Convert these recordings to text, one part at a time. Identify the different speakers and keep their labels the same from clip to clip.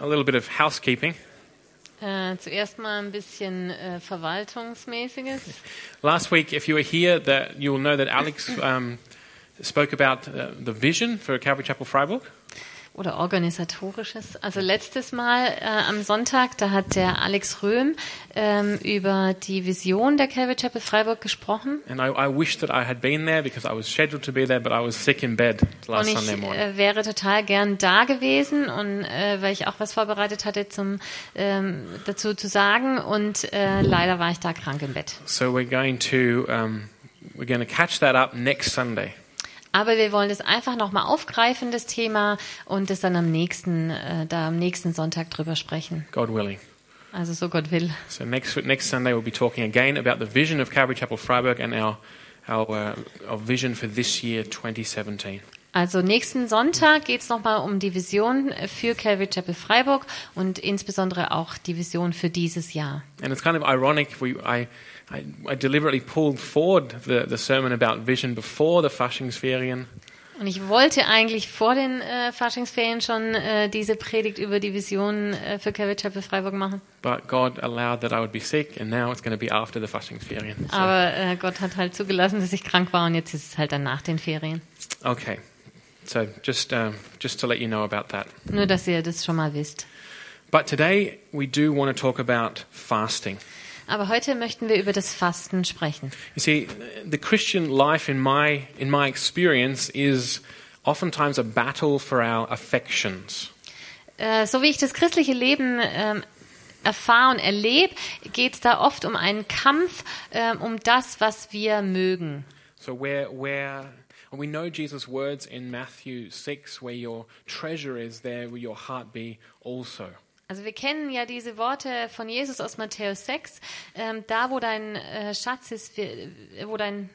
Speaker 1: a little bit of housekeeping.
Speaker 2: Äh, zuerst mal ein bisschen äh, Verwaltungsmäßiges.
Speaker 1: Last week, if you were here, that you will know that Alex um, spoke about uh, the vision for Calvary Chapel Freiburg.
Speaker 2: Oder organisatorisches. Also letztes Mal äh, am Sonntag, da hat der Alex Röhm ähm, über die Vision der Calvary Chapel Freiburg gesprochen.
Speaker 1: And I, I wish that I had been there because I was scheduled to be there, but I was sick in bed
Speaker 2: Und
Speaker 1: last
Speaker 2: ich
Speaker 1: Sunday morning.
Speaker 2: äh, wäre total gern da gewesen und äh, weil ich auch was vorbereitet hatte, zum ähm, dazu zu sagen. Und äh, leider war ich da krank im Bett.
Speaker 1: So we're going to um, we're going to catch that up next Sunday.
Speaker 2: Aber wir wollen das einfach nochmal aufgreifen, das Thema, und das dann am nächsten, äh, da am nächsten Sonntag drüber sprechen.
Speaker 1: God willing.
Speaker 2: Also so Gott will.
Speaker 1: So next next Sunday we'll be talking again about the vision of Calvary Chapel Freiburg and our our, uh, our vision for this year 2017.
Speaker 2: Also nächsten Sonntag geht's nochmal um die Vision für Calvary Chapel Freiburg und insbesondere auch die Vision für dieses Jahr.
Speaker 1: And it's kind of ironic we I I, I deliberately pulled forward the, the sermon about vision before the Faschingsferien.
Speaker 2: Und ich wollte eigentlich vor den äh, Faschingsferien schon äh, diese Predigt über die Vision äh, für Calvary Chapel Freiburg machen,
Speaker 1: But God allowed that I would be sick, and now it's going to be after the Faschingsferien. So,
Speaker 2: aber äh, Gott hat halt zugelassen, dass ich krank war und jetzt ist es halt dann nach den Ferien.
Speaker 1: okay, so just um, just to let you know about that.
Speaker 2: Nur, dass ihr das schon mal wisst.
Speaker 1: But today we do want to talk about fasting.
Speaker 2: Aber heute möchten wir über das Fasten sprechen.
Speaker 1: You see, the Christian life, in my in my experience, is oftentimes a battle for our affections.
Speaker 2: Äh, so wie ich das christliche Leben ähm, erfahre und erlebe, geht es da oft um einen Kampf, ähm, um das, was wir mögen.
Speaker 1: So where where and we know Jesus' words in Matthew six, where your treasure is, there will your heart be also.
Speaker 2: Also wir kennen ja diese Worte von Jesus aus Matthäus 6, ähm, da wo dein äh, Schatz ist, wir- wo dein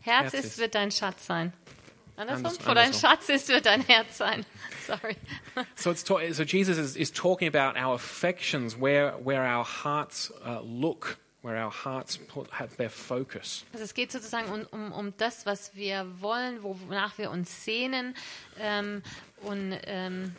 Speaker 2: Herz,
Speaker 1: Herz
Speaker 2: ist,
Speaker 1: ist.
Speaker 2: wird dein Schatz sein. Andersrum?
Speaker 1: Anders-
Speaker 2: wo dein
Speaker 1: andersrum.
Speaker 2: Schatz ist, wird dein Herz sein. Sorry.
Speaker 1: So, it's ta- so Jesus is, is talking about our affections, where, where our hearts uh, look, where our hearts put, have their focus.
Speaker 2: Also es geht sozusagen um, um, um das, was wir wollen, wonach wir uns sehnen ähm, und ähm,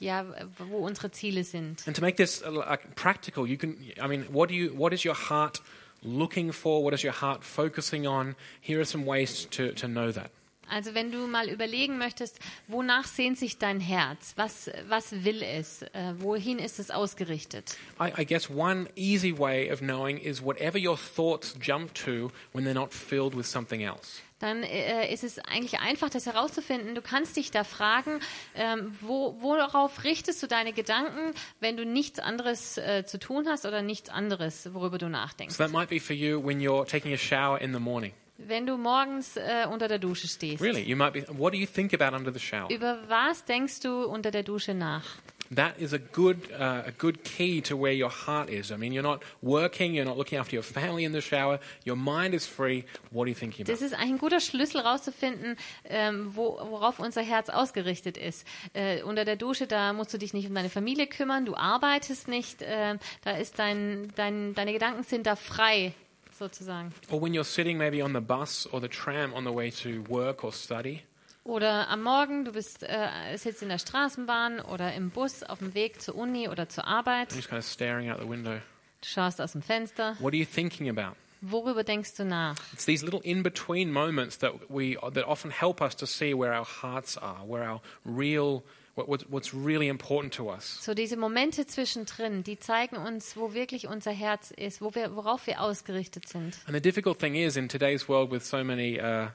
Speaker 2: ja, wo unsere Ziele sind.
Speaker 1: And to make this uh, like, practical, you can, I mean, what, do you, what is your heart looking for? What is your heart focusing on? Here are some ways to, to know that.
Speaker 2: Also wenn du mal überlegen möchtest, wonach sehnt sich dein Herz? Was, was will es? Äh, wohin ist es ausgerichtet?
Speaker 1: I, I guess one easy way of knowing is whatever your thoughts jump to when they're not filled with something else.
Speaker 2: Dann äh, ist es eigentlich einfach, das herauszufinden. Du kannst dich da fragen, ähm, wo, worauf richtest du deine Gedanken, wenn du nichts anderes äh, zu tun hast oder nichts anderes, worüber du nachdenkst?
Speaker 1: So that might be for you when you're taking a shower in the morning.
Speaker 2: Wenn du morgens äh, unter der Dusche stehst,
Speaker 1: Really, you might be, what do you think about under the shower?
Speaker 2: über was denkst du unter der Dusche nach?
Speaker 1: That is a good, uh, a good key to where your heart is. I mean, you're not working, you're not looking after your family in the shower, your mind is free. What are you thinking about?
Speaker 2: Das ist eigentlich ein guter Schlüssel rauszufinden, ähm, wo, worauf unser Herz ausgerichtet ist. Äh, unter der Dusche, da musst du dich nicht um deine Familie kümmern, du arbeitest nicht, äh, da ist dein, dein, deine Gedanken sind da frei, sozusagen.
Speaker 1: Or when you're sitting maybe on the bus or the tram on the way to work or study,
Speaker 2: Oder am Morgen, du bist äh, sitzt in der Straßenbahn oder im Bus auf dem Weg zur Uni oder zur Arbeit,
Speaker 1: just kind of staring out the window.
Speaker 2: du schaust aus dem Fenster.
Speaker 1: What are you thinking about?
Speaker 2: Worüber denkst du nach?
Speaker 1: It's these little in between moments that, we, that often help us to see where our hearts are, where our real, what, what, what's really important to us.
Speaker 2: So diese Momente zwischendrin, die zeigen uns, wo wirklich unser Herz ist, wo wir, worauf wir ausgerichtet sind.
Speaker 1: And the difficult thing is, in today's world, with so many, uh,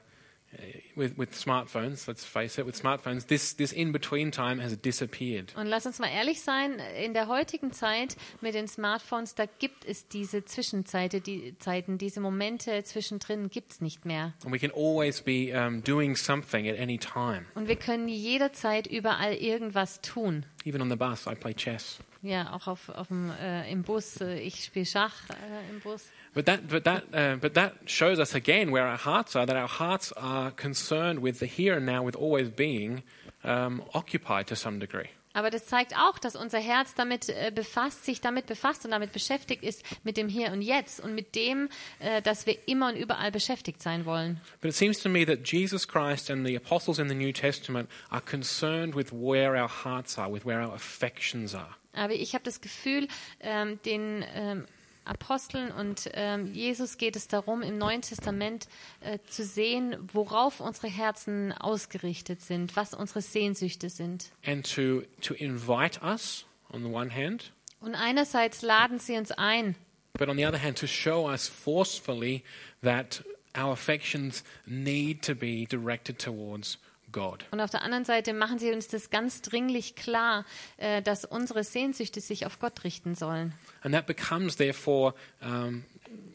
Speaker 1: with with smartphones, let's face it, with smartphones, this this in between time has disappeared.
Speaker 2: Und lass uns mal ehrlich sein, in der heutigen Zeit mit den Smartphones, da gibt es diese Zwischenzeiten, die Zeiten, diese Momente zwischendrin gibt es nicht mehr.
Speaker 1: And we can always be um, doing something at any time.
Speaker 2: Und wir können jederzeit überall irgendwas tun.
Speaker 1: Even on the bus, I play chess.
Speaker 2: Ja, auch auf, auf dem, äh, im Bus. äh, Ich spiele Schach äh, im Bus.
Speaker 1: But that, but that, uh, but that shows us again where our hearts are. That our hearts are concerned with the here and now, with always being um, occupied to some degree.
Speaker 2: Aber das zeigt auch, dass unser Herz damit äh, befasst, sich damit befasst und damit beschäftigt ist mit dem Hier und Jetzt und mit dem, äh, dass wir immer und überall beschäftigt sein wollen.
Speaker 1: But it seems to me that Jesus Christ and the apostles in the New Testament are concerned with where our hearts are, with where our affections are.
Speaker 2: Aber ich habe das Gefühl, ähm, den ähm, Aposteln und ähm, Jesus geht es darum, im Neuen Testament äh, zu sehen, worauf unsere Herzen ausgerichtet sind, was unsere Sehnsüchte sind.
Speaker 1: And to, to invite us, on the one hand,
Speaker 2: Und einerseits laden sie uns ein,
Speaker 1: but on the other hand, to show us forcefully that our affections need to be directed towards God.
Speaker 2: Und auf der anderen Seite machen sie uns das ganz dringlich klar, äh, dass unsere Sehnsüchte sich auf Gott richten sollen.
Speaker 1: And that becomes, therefore, um,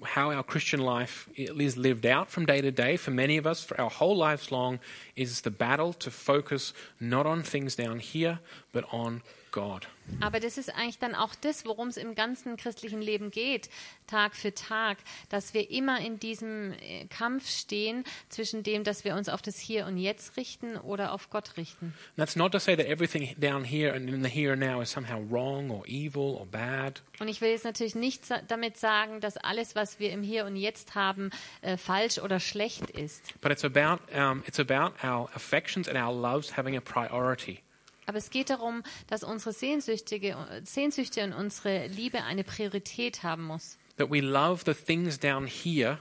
Speaker 1: how our Christian life is lived out from day to day. For many of us, for our whole lives long, is the battle to focus not on things down here, but on God.
Speaker 2: Aber das ist eigentlich dann auch das, worum es im ganzen christlichen Leben geht, Tag für Tag, dass wir immer in diesem äh, Kampf stehen zwischen dem, dass wir uns auf das Hier und Jetzt richten oder auf Gott richten.
Speaker 1: And that's not to say that everything down here and in the here and now is somehow wrong or evil or bad.
Speaker 2: Und ich will jetzt natürlich nicht sa- damit sagen, dass alles, was wir im Hier und Jetzt haben, äh, falsch oder schlecht ist.
Speaker 1: But it's about, um, it's about our affections and our loves having a priority.
Speaker 2: Aber es geht darum, dass unsere Sehnsüchtige, Sehnsüchte und unsere Liebe eine Priorität haben muss.
Speaker 1: That we love the things down here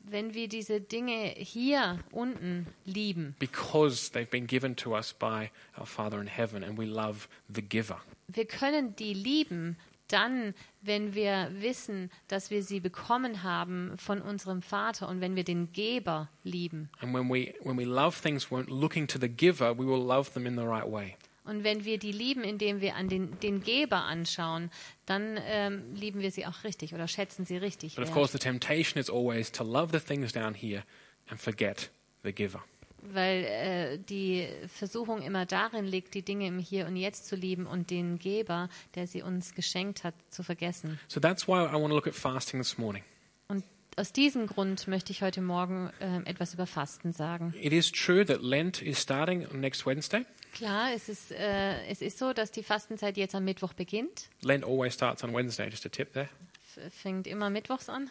Speaker 2: Wenn wir diese Dinge hier unten lieben,
Speaker 1: because they've been given to us by our Father in heaven, and we love the giver.
Speaker 2: wir können die lieben dann, wenn wir wissen, dass wir sie bekommen haben von unserem Vater und wenn wir den Geber lieben.
Speaker 1: And when we, when we love things, we're looking to the giver, we will love them in the right way.
Speaker 2: Und wenn wir die lieben, indem wir an den, den Geber anschauen, dann ähm, lieben wir sie auch richtig oder schätzen sie richtig.
Speaker 1: But of
Speaker 2: wert.
Speaker 1: course, the temptation is always to love the things down here and forget the giver.
Speaker 2: Weil äh, die Versuchung immer darin liegt, die Dinge im Hier und Jetzt zu lieben und den Geber, der sie uns geschenkt hat, zu vergessen.
Speaker 1: So that's why I want to look at fasting this morning.
Speaker 2: Und aus diesem Grund möchte ich heute Morgen ähm, etwas über Fasten sagen.
Speaker 1: It is true that Lent is starting next Wednesday.
Speaker 2: Klar, es ist, äh, es ist so, dass die Fastenzeit jetzt am Mittwoch beginnt.
Speaker 1: Lent always starts on Wednesday, just a tip there.
Speaker 2: F fängt immer mittwochs an.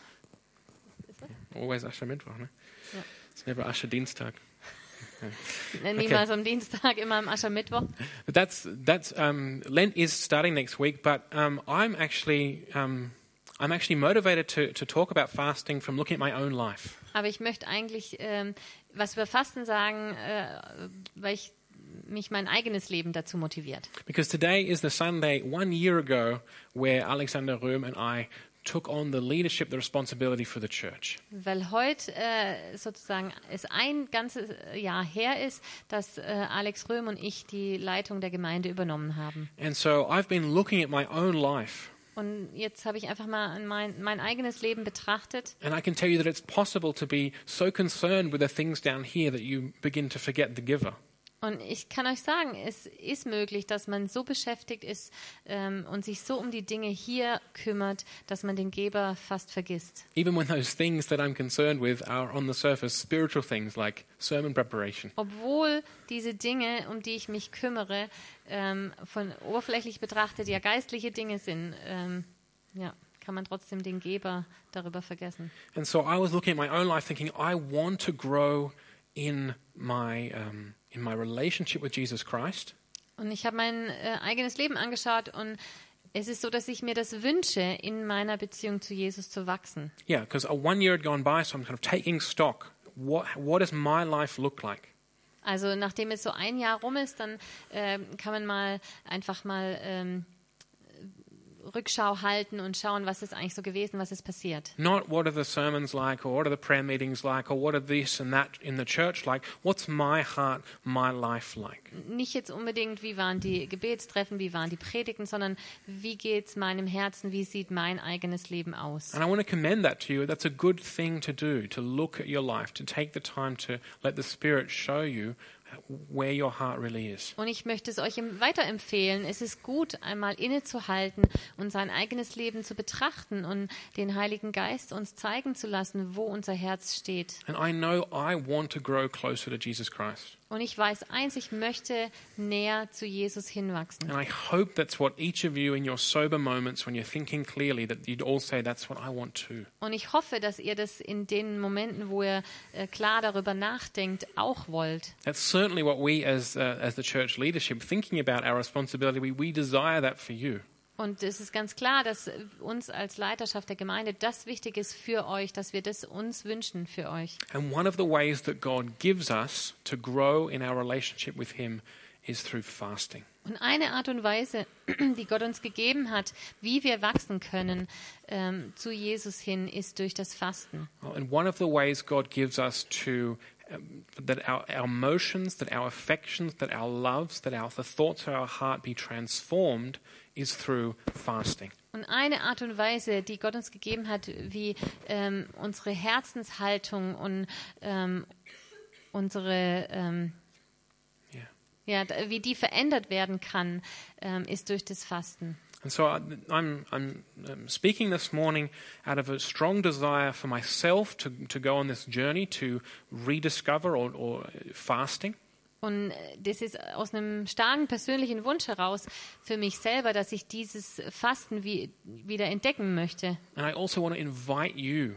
Speaker 1: Always Asher Mittwoch, no?
Speaker 2: Yeah.
Speaker 1: It's never Asher Dienstag.
Speaker 2: Äh, Niemals am Dienstag, immer am Aschermittwoch.
Speaker 1: But that's that's um, Lent is starting next week, but um, I'm actually um, I'm actually motivated to, to talk about fasting from looking at my own life.
Speaker 2: Aber ich möchte eigentlich ähm, was über Fasten sagen, äh, weil ich mich mein eigenes Leben dazu motiviert.
Speaker 1: Because today is the Sunday one year ago where Alexander Röhm and I took on the leadership, the responsibility for the church.
Speaker 2: Weil heute äh, sozusagen es ein ganzes Jahr her ist, dass äh, Alex Röhm und ich die Leitung der Gemeinde übernommen haben.
Speaker 1: And so I've been looking at my own life,
Speaker 2: Und jetzt habe ich einfach mal an mein, mein eigenes Leben betrachtet
Speaker 1: and I can tell you that it's possible to be so concerned with the things down here that you begin to forget the giver.
Speaker 2: und ich kann euch sagen, es ist möglich, dass man so beschäftigt ist ähm, und sich so um die Dinge hier kümmert, dass man den Geber fast vergisst.
Speaker 1: Even when those things that I'm concerned with are on the surface spiritual things like sermon preparation.
Speaker 2: Obwohl diese Dinge, um die ich mich kümmere, ähm, von oberflächlich betrachtet ja geistliche Dinge sind, ähm, ja, kann man trotzdem den Geber darüber vergessen.
Speaker 1: And so I was looking at my own life thinking, I want to grow in my, um, in my relationship with Jesus Christ.
Speaker 2: Und ich habe mein äh, eigenes Leben angeschaut und es ist so, dass ich mir das wünsche, in meiner Beziehung zu Jesus zu wachsen.
Speaker 1: Yeah, because a one year had gone by, so I'm kind of taking stock. What, what does my life look like?
Speaker 2: Also nachdem jetzt so ein Jahr rum ist, dann ähm, kann man mal einfach mal ähm, Rückschau halten und schauen, was ist eigentlich so gewesen, was ist passiert.
Speaker 1: Not what are the sermons like, or what are the prayer meetings like, or what are this and that in the church like. What's my heart, my life like?
Speaker 2: nicht jetzt unbedingt, wie waren die Gebetstreffen, wie waren die Predigten, sondern wie geht's meinem Herzen, wie sieht mein eigenes Leben aus?
Speaker 1: And I want to commend that to you. That's a good thing to do, to look at your life, to take the time to let the Spirit show you where your heart really is.
Speaker 2: Und ich möchte es euch im- weiterempfehlen. Es ist gut, einmal innezuhalten und sein eigenes Leben zu betrachten und den Heiligen Geist uns zeigen zu lassen, wo unser Herz steht.
Speaker 1: And I know I want to grow closer to Jesus Christ.
Speaker 2: Und ich weiß eins, ich möchte näher zu Jesus hinwachsen.
Speaker 1: And I hope that's what each of you in your sober moments, when you're thinking clearly, that you'd all say, That's what I want too.
Speaker 2: Und ich hoffe, dass ihr das in den Momenten, wo ihr äh, klar darüber nachdenkt, auch wollt.
Speaker 1: That's certainly what we, as, uh, as the church leadership, thinking about our responsibility, we, we desire that for you.
Speaker 2: Und es ist ganz klar, dass uns als Leiterschaft der Gemeinde das wichtig ist für euch, dass wir das uns wünschen für euch.
Speaker 1: And one of the ways that God gives us to grow in our relationship with Him is through fasting.
Speaker 2: Und eine Art und Weise, die Gott uns gegeben hat, wie wir wachsen können ähm, zu Jesus hin, ist durch das Fasten.
Speaker 1: And one of the ways God gives us to um, that our, our emotions, that our affections, that our loves, that our the thoughts of our heart be transformed is through fasting.
Speaker 2: Und eine Art und Weise, die Gott uns gegeben hat, wie ähm, unsere Herzenshaltung und ähm, unsere, ähm,
Speaker 1: Ja.
Speaker 2: ja, d- wie die verändert werden kann, ähm, ist durch das Fasten.
Speaker 1: And so I, I'm, I'm um, speaking this morning out of a strong desire for myself to, to go on this journey to rediscover or, or fasting.
Speaker 2: Und äh, das ist aus einem starken persönlichen Wunsch heraus für mich selber, dass ich dieses Fasten wie, wieder entdecken möchte.
Speaker 1: And I also want to invite you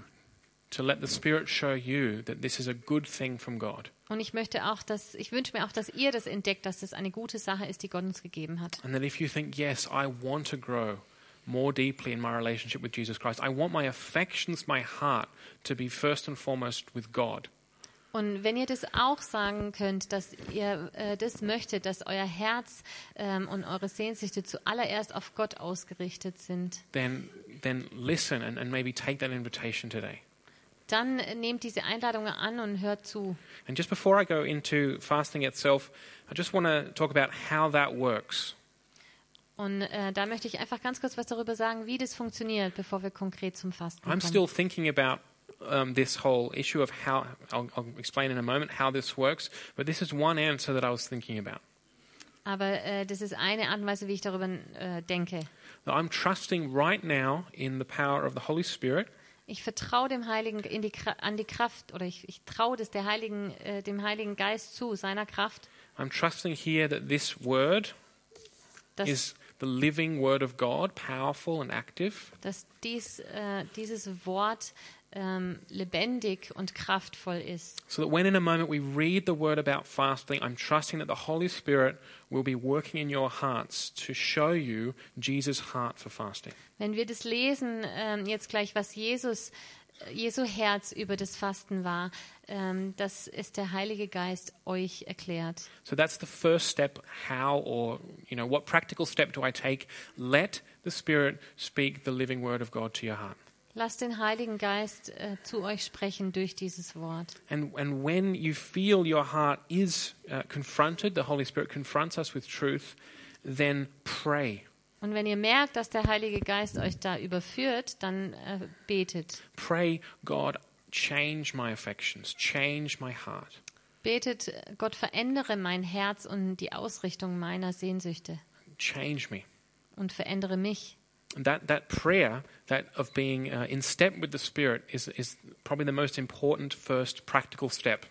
Speaker 1: to let the Spirit show you that this is a good thing from God
Speaker 2: Und ich möchte auch, dass ich wünsche mir auch, dass ihr das entdeckt, dass das eine gute Sache ist, die Gott uns gegeben hat.
Speaker 1: and that if you think, yes, I want to grow more deeply in my relationship with Jesus Christ, I want my affections, my heart to be first and foremost with God.
Speaker 2: Und wenn ihr das auch sagen könnt, dass ihr äh, das möchtet, dass euer Herz ähm, und eure Sehnsüchte zuallererst auf Gott ausgerichtet sind,
Speaker 1: Then, then listen and, and maybe take that invitation today.
Speaker 2: dann äh, nehmt diese Einladung an und hört zu.
Speaker 1: And just before I go into fasting itself, I just want to talk about how that works.
Speaker 2: Und äh, da möchte ich einfach ganz kurz was darüber sagen, wie das funktioniert, bevor wir konkret zum Fasten
Speaker 1: I'm
Speaker 2: kommen.
Speaker 1: still thinking about um, this whole issue of how, I'll, I'll explain in a moment how this works, but this is one answer that I was thinking about.
Speaker 2: Aber äh, das ist eine Art und Weise, wie ich darüber äh, denke.
Speaker 1: That I'm trusting right now in the power of the Holy Spirit
Speaker 2: Ich vertraue dem Heiligen in die, Kra- an die Kraft oder ich, ich traue das der Heiligen, äh, dem Heiligen Geist zu, seiner Kraft,
Speaker 1: I'm trusting here that this word
Speaker 2: dass,
Speaker 1: is the living word of God, powerful and active,
Speaker 2: dass dies, äh, dieses Wort ähm, lebendig und kraftvoll ist.
Speaker 1: so that when in a moment we read the word about fasting, I'm trusting that the Holy Spirit will be working in your hearts to show you Jesus' heart for fasting.
Speaker 2: Wenn wir das lesen, ähm, jetzt gleich, was Jesus, äh, Jesu Herz über das Fasten war, ähm, das ist der Heilige Geist euch erklärt.
Speaker 1: So that's the first step how or you know what practical step do I take? Let the spirit speak the living word of God to your heart.
Speaker 2: Lasst den Heiligen Geist äh, zu euch sprechen durch dieses Wort.
Speaker 1: And, and when you feel your heart is uh, confronted, the Holy Spirit confronts us with truth, then pray.
Speaker 2: Und wenn ihr merkt, dass der Heilige Geist euch da überführt, dann äh, betet.
Speaker 1: Pray, God, change my affections, change my heart.
Speaker 2: Betet, Gott verändere mein Herz und die Ausrichtung meiner Sehnsüchte
Speaker 1: Change me.
Speaker 2: und verändere mich.
Speaker 1: And that, that prayer, that of being uh, in step with the Spirit, is, is probably the most important first practical step.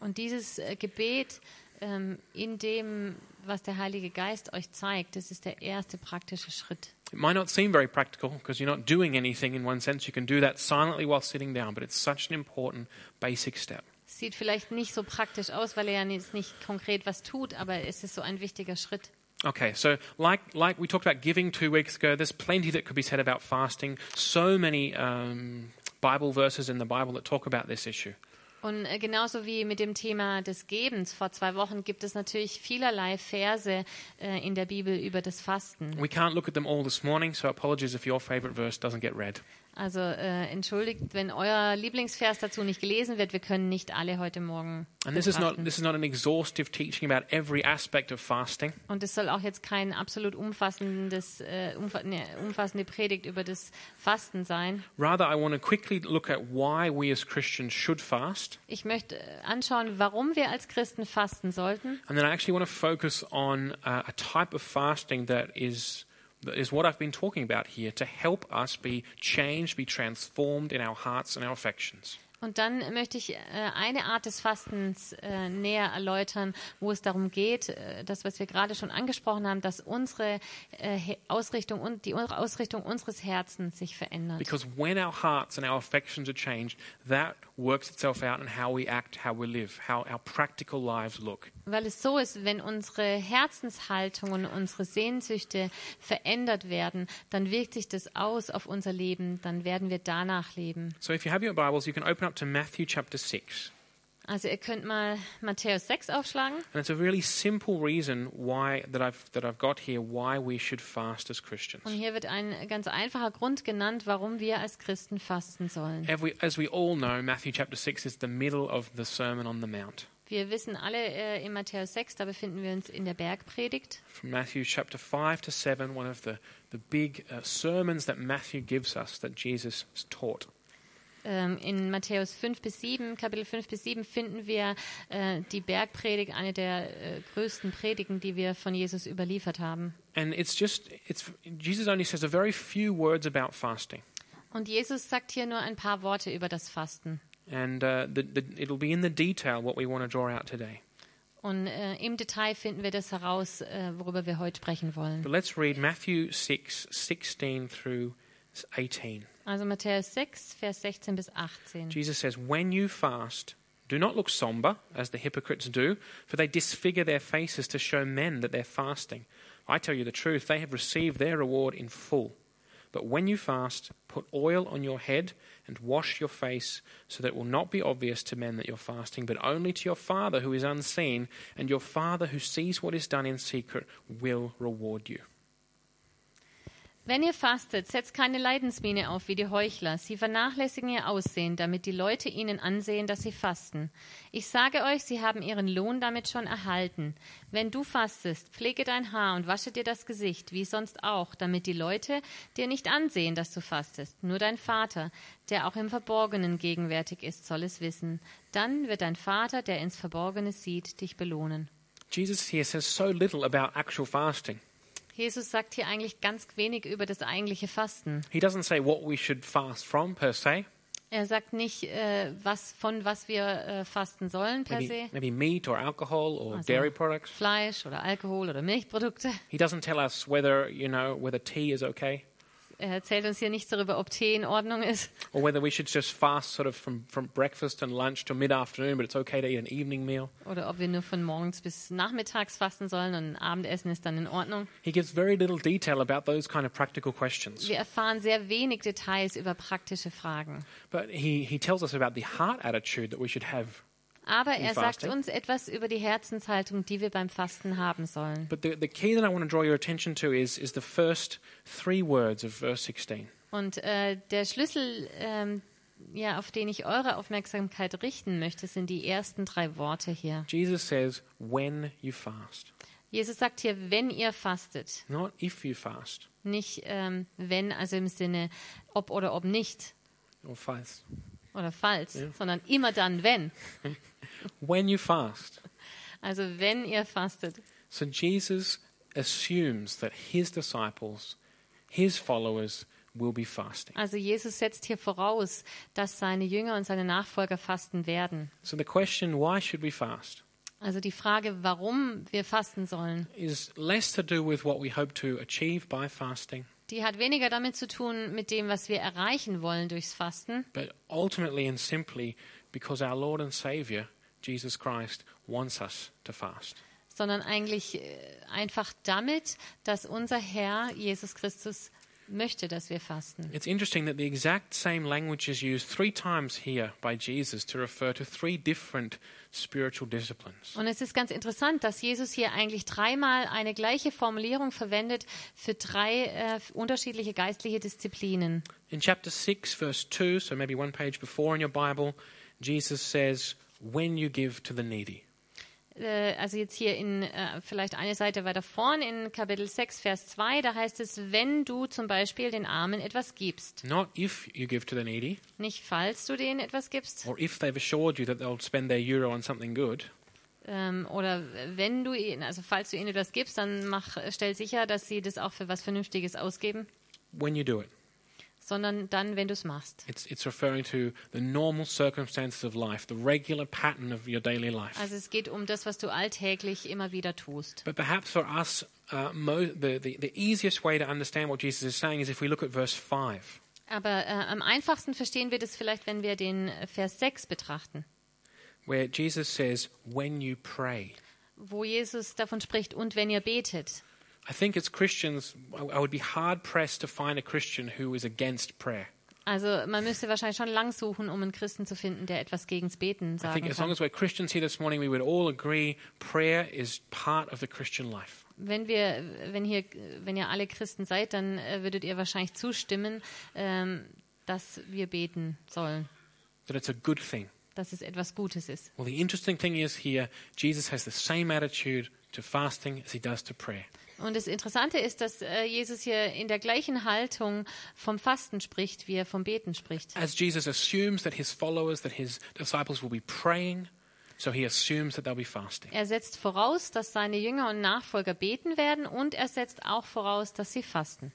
Speaker 2: Und dieses äh, Gebet ähm, in dem, was der Heilige Geist euch zeigt, das ist der erste praktische Schritt.
Speaker 1: It might not seem very practical because you're not doing anything in one sense. You can do that silently while sitting down, but it's such an important basic step.
Speaker 2: Sieht vielleicht nicht so praktisch aus, weil ihr ja jetzt nicht konkret was tut, aber es ist so ein wichtiger Schritt.
Speaker 1: Okay, so like, like we talked about giving two weeks ago, there's plenty that could be said about fasting. So many um, Bible verses in the Bible that talk about this issue.
Speaker 2: Und äh, genauso wie mit dem Thema des Gebens vor zwei Wochen gibt es natürlich vielerlei Verse äh, in der Bibel über das Fasten.
Speaker 1: We can't look at them all this morning, so apologies if your favorite verse doesn't get read.
Speaker 2: Also äh, entschuldigt, wenn euer Lieblingsvers dazu nicht gelesen wird. Wir können nicht alle heute Morgen.
Speaker 1: And this is, not,
Speaker 2: betrachten.
Speaker 1: this is not an exhaustive teaching about every aspect of fasting,
Speaker 2: Und es soll auch jetzt kein absolut umfassendes, äh, umfa ne, umfassende Predigt über das Fasten sein.
Speaker 1: Rather, I want to quickly look at why we as Christians should fast.
Speaker 2: Ich möchte äh, anschauen, warum wir als Christen fasten sollten.
Speaker 1: And then I actually want to focus on uh, a type of fasting that is, that is what I've been talking about here to help us be changed, be transformed in our hearts and our affections.
Speaker 2: Und dann möchte ich äh, eine Art des Fastens äh, näher erläutern, wo es darum geht, äh, das, was wir gerade schon angesprochen haben, dass unsere äh, He- Ausrichtung und die Un- Ausrichtung unseres Herzens sich verändert.
Speaker 1: Because when our hearts and our affections are changed, that works itself out in how we act, how we live, how our practical lives look.
Speaker 2: Weil es so ist, wenn unsere Herzenshaltungen, unsere Sehnsüchte verändert werden, dann wirkt sich das aus auf unser Leben, dann werden wir danach leben.
Speaker 1: So if you have your Bibles, you can open up to Matthew chapter 6.
Speaker 2: Also ihr könnt mal Matthäus 6 aufschlagen.
Speaker 1: And it's a really simple reason why that I've that I've got here why we should fast as Christians.
Speaker 2: Und hier wird ein ganz einfacher Grund genannt, warum wir als Christen fasten sollen.
Speaker 1: As we, as we all know, Matthew chapter 6 is the middle of the Sermon on the Mount.
Speaker 2: Wir wissen alle äh, in Matthäus 6, da befinden wir uns in der Bergpredigt.
Speaker 1: From Matthew chapter 5 to 7, one of the, the big uh, sermons that Matthew gives us that Jesus taught.
Speaker 2: Ähm, in Matthäus 5 bis 7, Kapitel 5 bis 7, finden wir äh, die Bergpredigt, eine der äh, größten Predigen, die wir von Jesus überliefert haben.
Speaker 1: And it's just, it's, Jesus only says a very few words about fasting.
Speaker 2: Und Jesus sagt hier nur ein paar Worte über das Fasten.
Speaker 1: And uh, the, the, it'll be in the detail what we want to draw out today.
Speaker 2: Und äh, im Detail finden wir das heraus, äh, worüber wir heute sprechen wollen.
Speaker 1: But let's read Matthew 6, 16 through 18.
Speaker 2: Also Matthäus 6, Vers 16 bis 18.
Speaker 1: Jesus says, When you fast, do not look somber, as the hypocrites do, for they disfigure their faces to show men that they're fasting. I tell you the truth, they have received their reward in full. But when you fast, put oil on your head and wash your face, so that it will not be obvious to men that you're fasting, but only to your Father who is unseen, and your Father who sees what is done in secret will reward you.
Speaker 2: Wenn ihr fastet, setzt keine Leidensmiene auf wie die Heuchler. Sie vernachlässigen ihr Aussehen, damit die Leute ihnen ansehen, dass sie fasten. Ich sage euch, sie haben ihren Lohn damit schon erhalten. Wenn du fastest, pflege dein Haar und wasche dir das Gesicht, wie sonst auch, damit die Leute dir nicht ansehen, dass du fastest. Nur dein Vater, der auch im Verborgenen gegenwärtig ist, soll es wissen. Dann wird dein Vater, der ins Verborgene sieht, dich belohnen.
Speaker 1: Jesus here says so little about actual fasting.
Speaker 2: Jesus sagt hier eigentlich ganz wenig über das eigentliche Fasten.
Speaker 1: He doesn't say what we should fast from per se.
Speaker 2: Er sagt nicht, äh, was, von was wir äh, fasten sollen per
Speaker 1: maybe,
Speaker 2: se.
Speaker 1: maybe meat or alcohol or dairy products.
Speaker 2: Fleisch oder Alkohol oder Milchprodukte.
Speaker 1: He doesn't tell us whether you know whether tea is okay
Speaker 2: Er erzählt uns hier nichts darüber, ob Tee in Ordnung ist
Speaker 1: or whether we should just fast sort of from, from breakfast and lunch till mid afternoon, but it's okay to eat an evening meal.
Speaker 2: oder ob wir nur von morgens bis nachmittags fasten sollen und Abendessen ist dann in Ordnung.
Speaker 1: He gives very little detail about those kind of practical questions,
Speaker 2: Wir erfahren sehr wenig Details über praktische Fragen.
Speaker 1: but he, he tells us about the heart attitude that we should have.
Speaker 2: Aber er sagt
Speaker 1: Fasting.
Speaker 2: uns etwas über die Herzenshaltung, die wir beim Fasten haben sollen.
Speaker 1: But the, the key that I want to draw your attention to is, is the first three words of verse 16.
Speaker 2: Und äh, der Schlüssel, ähm, ja, auf den ich eure Aufmerksamkeit richten möchte, sind die ersten drei Worte hier.
Speaker 1: Jesus says, when you fast,
Speaker 2: Jesus sagt hier, wenn ihr fastet,
Speaker 1: not if you fast
Speaker 2: nicht ähm, wenn, also im Sinne ob oder ob nicht
Speaker 1: or fast.
Speaker 2: oder falls, sondern immer dann, wenn.
Speaker 1: When you fast.
Speaker 2: Also wenn ihr fastet.
Speaker 1: So Jesus assumes that his disciples, his followers, will be fasting.
Speaker 2: Also Jesus setzt hier voraus, dass seine Jünger und seine Nachfolger fasten werden.
Speaker 1: So the question, why should we fast,
Speaker 2: Also die Frage, warum wir fasten sollen,
Speaker 1: is less to do with what we hope to achieve by fasting,
Speaker 2: die hat weniger damit zu tun mit dem, was wir erreichen wollen durchs Fasten,
Speaker 1: but ultimately and simply because our Lord and Savior, Jesus Christ, wants us to fast.
Speaker 2: sondern eigentlich äh, einfach damit, dass unser Herr Jesus Christus möchte, dass wir fasten.
Speaker 1: It's interesting that the exact same language is used three times here by Jesus to refer to three different spiritual disciplines.
Speaker 2: Und es ist ganz interessant, dass Jesus hier eigentlich dreimal eine gleiche Formulierung verwendet für drei äh, unterschiedliche geistliche Disziplinen.
Speaker 1: In chapter 6, verse 2, so maybe one page before in your Bible, Jesus says, When you give to the needy.
Speaker 2: Äh, also jetzt hier in äh, vielleicht eine Seite weiter vorn in Kapitel 6, Vers 2, da heißt es, wenn du zum Beispiel den Armen etwas gibst.
Speaker 1: Not if you give to the needy,
Speaker 2: Nicht falls du denen etwas gibst
Speaker 1: or if they've assured you that they'll spend their euro on something good,
Speaker 2: ähm, oder wenn du ihnen, also falls du ihnen etwas gibst, dann mach, stell sicher, dass sie das auch für was Vernünftiges ausgeben,
Speaker 1: when you do it.
Speaker 2: sondern dann, wenn du es machst.
Speaker 1: It's, it's referring to the normal circumstances of life, the regular pattern of your daily life.
Speaker 2: Also es geht um das, was du alltäglich immer wieder tust.
Speaker 1: But perhaps for us, uh, mo- the, the, the easiest way to understand what Jesus is saying is if we look at verse 5.
Speaker 2: Aber äh, am einfachsten verstehen wir das vielleicht, wenn wir den äh, Vers 6 betrachten,
Speaker 1: where Jesus says, when you pray.
Speaker 2: wo Jesus davon spricht, und wenn ihr betet.
Speaker 1: I think as Christians, I I would be hard pressed to find a Christian who is against prayer.
Speaker 2: Also man müsste wahrscheinlich schon lang suchen, um einen Christen zu finden, der etwas gegens Beten
Speaker 1: I think
Speaker 2: sagen
Speaker 1: as long
Speaker 2: kann.
Speaker 1: as we're Christians here this morning, we would all agree prayer is part of the Christian life.
Speaker 2: Wenn wir, wenn hier, wenn ihr alle Christen seid, dann äh, würdet ihr wahrscheinlich zustimmen, ähm, dass wir beten sollen,
Speaker 1: That it's a good thing.
Speaker 2: dass es etwas Gutes ist.
Speaker 1: Well, the interesting thing is here, Jesus has the same attitude to fasting as he does to prayer.
Speaker 2: Und das Interessante ist, dass äh, Jesus hier in der gleichen Haltung vom Fasten spricht, wie er vom Beten spricht.
Speaker 1: As Jesus assumes that his followers, that his disciples will be praying, so he assumes that they'll be fasting.
Speaker 2: Er setzt voraus, dass seine Jünger und Nachfolger beten werden und er setzt auch voraus, dass sie fasten.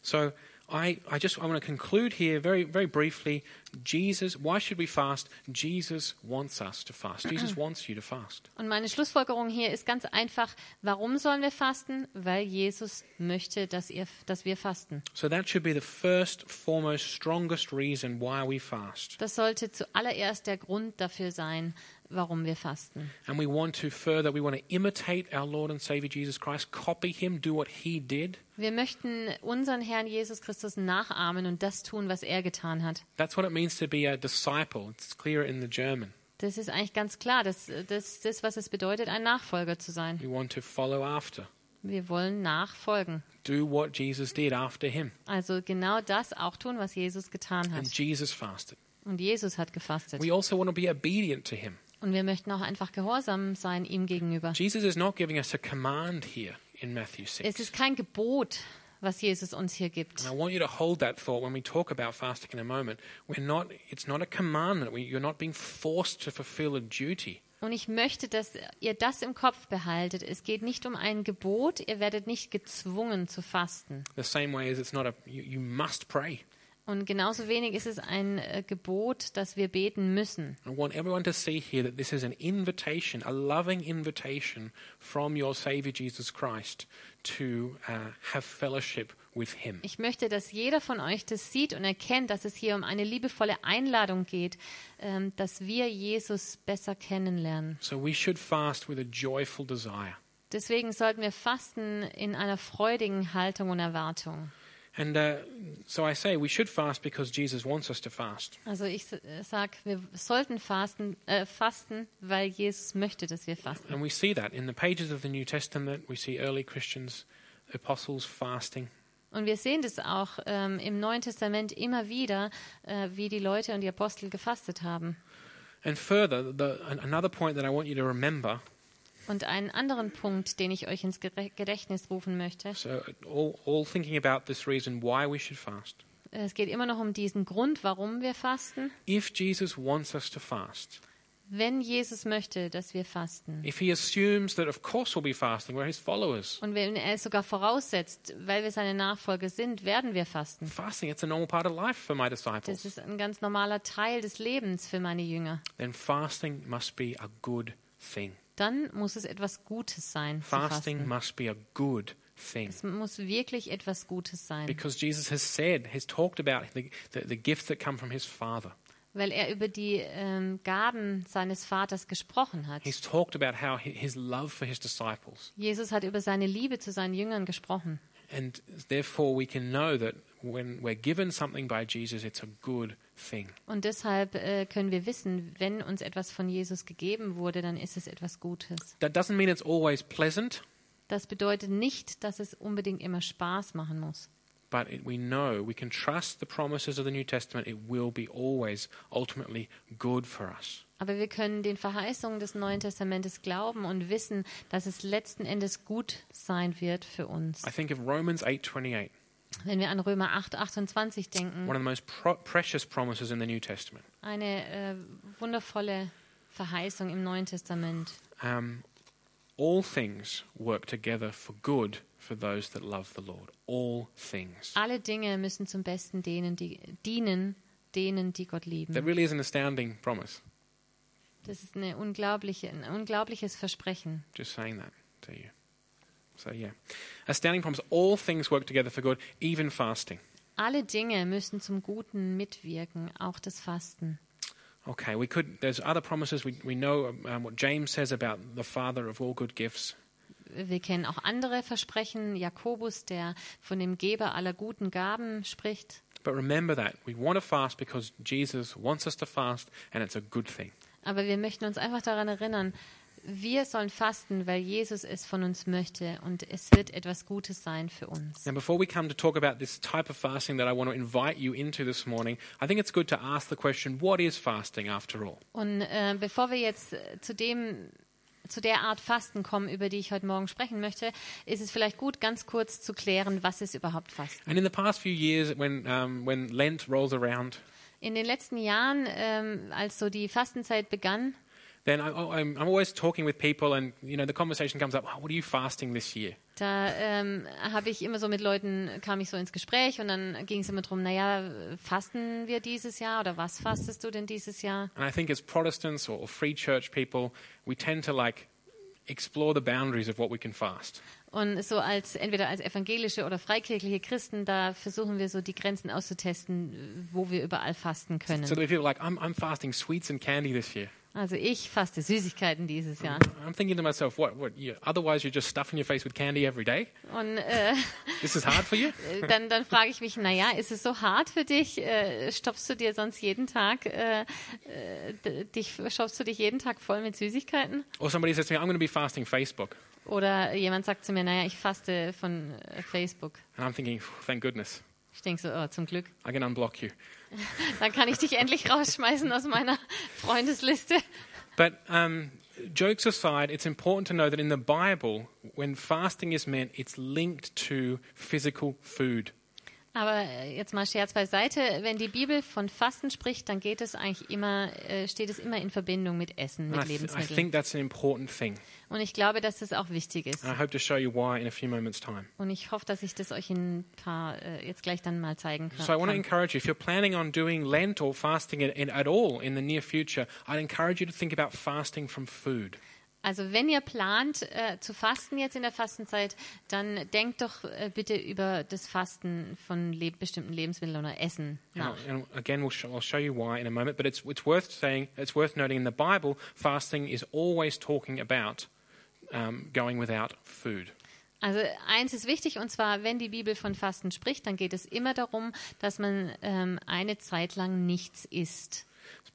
Speaker 1: So I, I just I want to conclude here very very briefly. Jesus, why should we fast? Jesus wants us to fast. Jesus wants you to fast.
Speaker 2: Und meine Schlussfolgerung hier ist ganz einfach, warum sollen wir fasten? Weil Jesus möchte, dass, ihr, dass wir fasten.
Speaker 1: So that should be the first, foremost, strongest reason why we fast.
Speaker 2: Das sollte zuallererst der Grund dafür sein, warum wir fasten.
Speaker 1: And we want to further, we want to imitate our Lord and Savior Jesus Christ, copy him, do what he did.
Speaker 2: Wir möchten unseren Herrn Jesus Christus nachahmen und das tun, was er getan hat.
Speaker 1: That's what it means to be a disciple. It's clear in the German.
Speaker 2: Das ist eigentlich ganz klar, das, das ist das, was es bedeutet, ein Nachfolger zu sein.
Speaker 1: We want to follow after.
Speaker 2: Wir wollen nachfolgen.
Speaker 1: Do what Jesus did after him.
Speaker 2: Also genau das auch tun, was Jesus getan hat.
Speaker 1: And Jesus fasted.
Speaker 2: Und Jesus hat gefastet.
Speaker 1: We also want to be obedient to him.
Speaker 2: Und wir möchten auch einfach gehorsam sein ihm gegenüber.
Speaker 1: Jesus is not giving us a command here in Matthew
Speaker 2: Es
Speaker 1: 6.
Speaker 2: ist kein Gebot, was Jesus uns hier
Speaker 1: And
Speaker 2: gibt.
Speaker 1: I want you to hold that thought when we talk about fasting in a moment. We're not, it's not a commandment. We, you're not being forced to fulfill a duty.
Speaker 2: Und ich möchte, dass ihr das im Kopf behaltet. Es geht nicht um ein Gebot. Ihr werdet nicht gezwungen zu fasten.
Speaker 1: The same way as it's not a, you, you must pray.
Speaker 2: Und genauso wenig ist es ein äh, Gebot, dass wir beten müssen.
Speaker 1: I want everyone to see here that this is an invitation, a loving invitation from your Savior Jesus Christ to uh, have fellowship with Him.
Speaker 2: Ich möchte, dass jeder von euch das sieht und erkennt, dass es hier um eine liebevolle Einladung geht, ähm, dass wir Jesus besser kennenlernen.
Speaker 1: So we should fast with a joyful desire.
Speaker 2: Deswegen sollten wir fasten in einer freudigen Haltung und Erwartung.
Speaker 1: And uh, so I say we should fast because Jesus wants us to fast.
Speaker 2: Also ich sage, wir sollten fasten, äh, fasten, weil Jesus möchte, dass wir fasten.
Speaker 1: And we see that in the pages of the New Testament. We see early Christians, apostles fasting.
Speaker 2: Und wir sehen das auch ähm, im Neuen Testament immer wieder, äh, wie die Leute und die Apostel gefastet haben.
Speaker 1: And further, the, an- another point that I want you to remember
Speaker 2: Und einen anderen Punkt, den ich euch ins Gere- Gedächtnis rufen möchte.
Speaker 1: so, all, all thinking about this reason why we should fast.
Speaker 2: Es geht immer noch um diesen Grund, warum wir fasten.
Speaker 1: If Jesus wants us to fast,
Speaker 2: Wenn Jesus möchte, dass wir fasten.
Speaker 1: if he assumes that, of course, we'll be fasting, we're his followers.
Speaker 2: Und wenn er es sogar voraussetzt, weil wir seine Nachfolger sind, werden wir fasten.
Speaker 1: Fasting, it's a normal part of life for my
Speaker 2: Das
Speaker 1: disciples.
Speaker 2: ist ein ganz normaler Teil des Lebens für meine Jünger.
Speaker 1: Then fasting must be a good thing.
Speaker 2: dann muss es etwas Gutes sein. zu
Speaker 1: Fasting
Speaker 2: fasten.
Speaker 1: must be a good thing.
Speaker 2: Es muss wirklich etwas Gutes sein,
Speaker 1: Because Jesus has said, has talked about the, the, the gifts that come from his Father.
Speaker 2: weil er über die ähm, Gaben seines Vaters gesprochen hat.
Speaker 1: He's talked about how hi- his love for his disciples.
Speaker 2: Jesus hat über seine Liebe zu seinen Jüngern gesprochen.
Speaker 1: And therefore, we can know that when we're given something by Jesus, it's a good thing.
Speaker 2: Und deshalb äh, können wir wissen, wenn uns etwas von Jesus gegeben wurde, dann ist es etwas Gutes.
Speaker 1: That doesn't mean it's always pleasant.
Speaker 2: Das bedeutet nicht, dass es unbedingt immer Spaß machen muss.
Speaker 1: But it, we know, we can trust the promises of the New Testament. It will be always ultimately good for us.
Speaker 2: Aber wir können den Verheißungen des Neuen Testamentes glauben und wissen, dass es letzten Endes gut sein wird für uns.
Speaker 1: I think of Romans 8:28,
Speaker 2: Wenn wir an Römer 8, 28 denken,
Speaker 1: one of the most pro- precious promises in the New Testament.
Speaker 2: Eine äh, wundervolle Verheißung im Neuen Testament.
Speaker 1: Um, all things work together for good for those that love the Lord. All things.
Speaker 2: Alle Dinge müssen zum Besten denen, die dienen, denen, die Gott
Speaker 1: That
Speaker 2: lieben.
Speaker 1: really is an astounding promise.
Speaker 2: Das ist eine unglaubliche, ein unglaubliches Versprechen.
Speaker 1: Just saying that to you. So, yeah. Astounding promise. All things work together for good, even fasting.
Speaker 2: Alle Dinge müssen zum Guten mitwirken, auch das Fasten.
Speaker 1: Okay, we could. There's other promises. We, we know um, what James says about the Father of all good gifts.
Speaker 2: Wir kennen auch andere Versprechen. Jakobus, der von dem Geber aller guten Gaben spricht.
Speaker 1: But remember that we want to fast because Jesus wants us to fast, and it's a good thing.
Speaker 2: Aber wir möchten uns einfach daran erinnern, wir sollen fasten, weil Jesus es von uns möchte und es wird etwas Gutes sein für uns.
Speaker 1: Now, before we come to talk about this type of fasting that I want to invite you into this morning, I think it's good to ask the question: What is fasting after all?
Speaker 2: Und äh, bevor wir jetzt äh, zu dem zu der Art Fasten kommen, über die ich heute Morgen sprechen möchte, ist es vielleicht gut, ganz kurz zu klären, was ist überhaupt Fasten.
Speaker 1: And in the past few years, when um, when Lent rolls around,
Speaker 2: In den letzten Jahren, ähm, als so die Fastenzeit begann,
Speaker 1: then I, oh, I'm, I'm always talking with people, and you know the conversation comes up. "Oh, what are you fasting this year?
Speaker 2: da ähm, habe ich immer so mit Leuten, kam ich so ins Gespräch und dann ging es immer drum, naja, fasten wir dieses Jahr oder was fastest du denn dieses Jahr?
Speaker 1: And I think as Protestants or free church people, we tend to like explore the boundaries of what we can fast.
Speaker 2: Und so als entweder als evangelische oder freikirchliche Christen, da versuchen wir so die Grenzen auszutesten, wo wir überall fasten können.
Speaker 1: So there are people like, I'm, I'm fasting sweets and candy this year.
Speaker 2: Also ich faste Süßigkeiten dieses Jahr.
Speaker 1: I'm thinking to myself, what, what, you, otherwise you're just stuffing your face with candy every day?
Speaker 2: Und äh,
Speaker 1: This is hard for you?
Speaker 2: dann, dann frage ich mich, naja, ist es so hart für dich? Äh, stopfst du dir sonst jeden Tag, äh, äh, d- dich, stopfst du dich jeden Tag voll mit Süßigkeiten?
Speaker 1: Or somebody says to me, I'm going to be fasting Facebook.
Speaker 2: Oder jemand sagt zu mir, naja, ich faste von äh, Facebook.
Speaker 1: And I'm thinking, "Phew, thank goodness,
Speaker 2: Ich denke so, oh, zum Glück.
Speaker 1: I can unblock you.
Speaker 2: Dann kann ich dich endlich rausschmeißen aus meiner Freundesliste.
Speaker 1: But um, jokes aside, it's important to know that in the Bible, when fasting is meant, it's linked to physical food.
Speaker 2: Aber äh, jetzt mal Scherz beiseite, wenn die Bibel von Fasten spricht, dann geht es eigentlich immer, äh, steht es immer in Verbindung mit Essen,
Speaker 1: And I,
Speaker 2: mit
Speaker 1: th- I
Speaker 2: Lebensmitteln.
Speaker 1: think that's an important thing.
Speaker 2: Und ich glaube, dass das auch wichtig ist.
Speaker 1: And I hope to show you why in a few moments' time.
Speaker 2: Und ich hoffe, dass ich das euch in ein paar äh, jetzt gleich dann mal zeigen kann.
Speaker 1: So I want to encourage you, if you're planning on doing Lent or fasting in, in, at all in the near future, I'd encourage you to think about fasting from food.
Speaker 2: Also wenn ihr plant äh, zu fasten jetzt in der Fastenzeit, dann denkt doch äh, bitte über das Fasten von leb bestimmten Lebensmitteln oder Essen
Speaker 1: And
Speaker 2: nach.
Speaker 1: I'll- And again, we'll show, I'll show you why in a moment. But it's, it's worth saying, it's worth noting in the Bible, fasting is always talking about um, going without food.
Speaker 2: Also eins ist wichtig und zwar, wenn die Bibel von Fasten spricht, dann geht es immer darum, dass man ähm, eine Zeit lang nichts isst.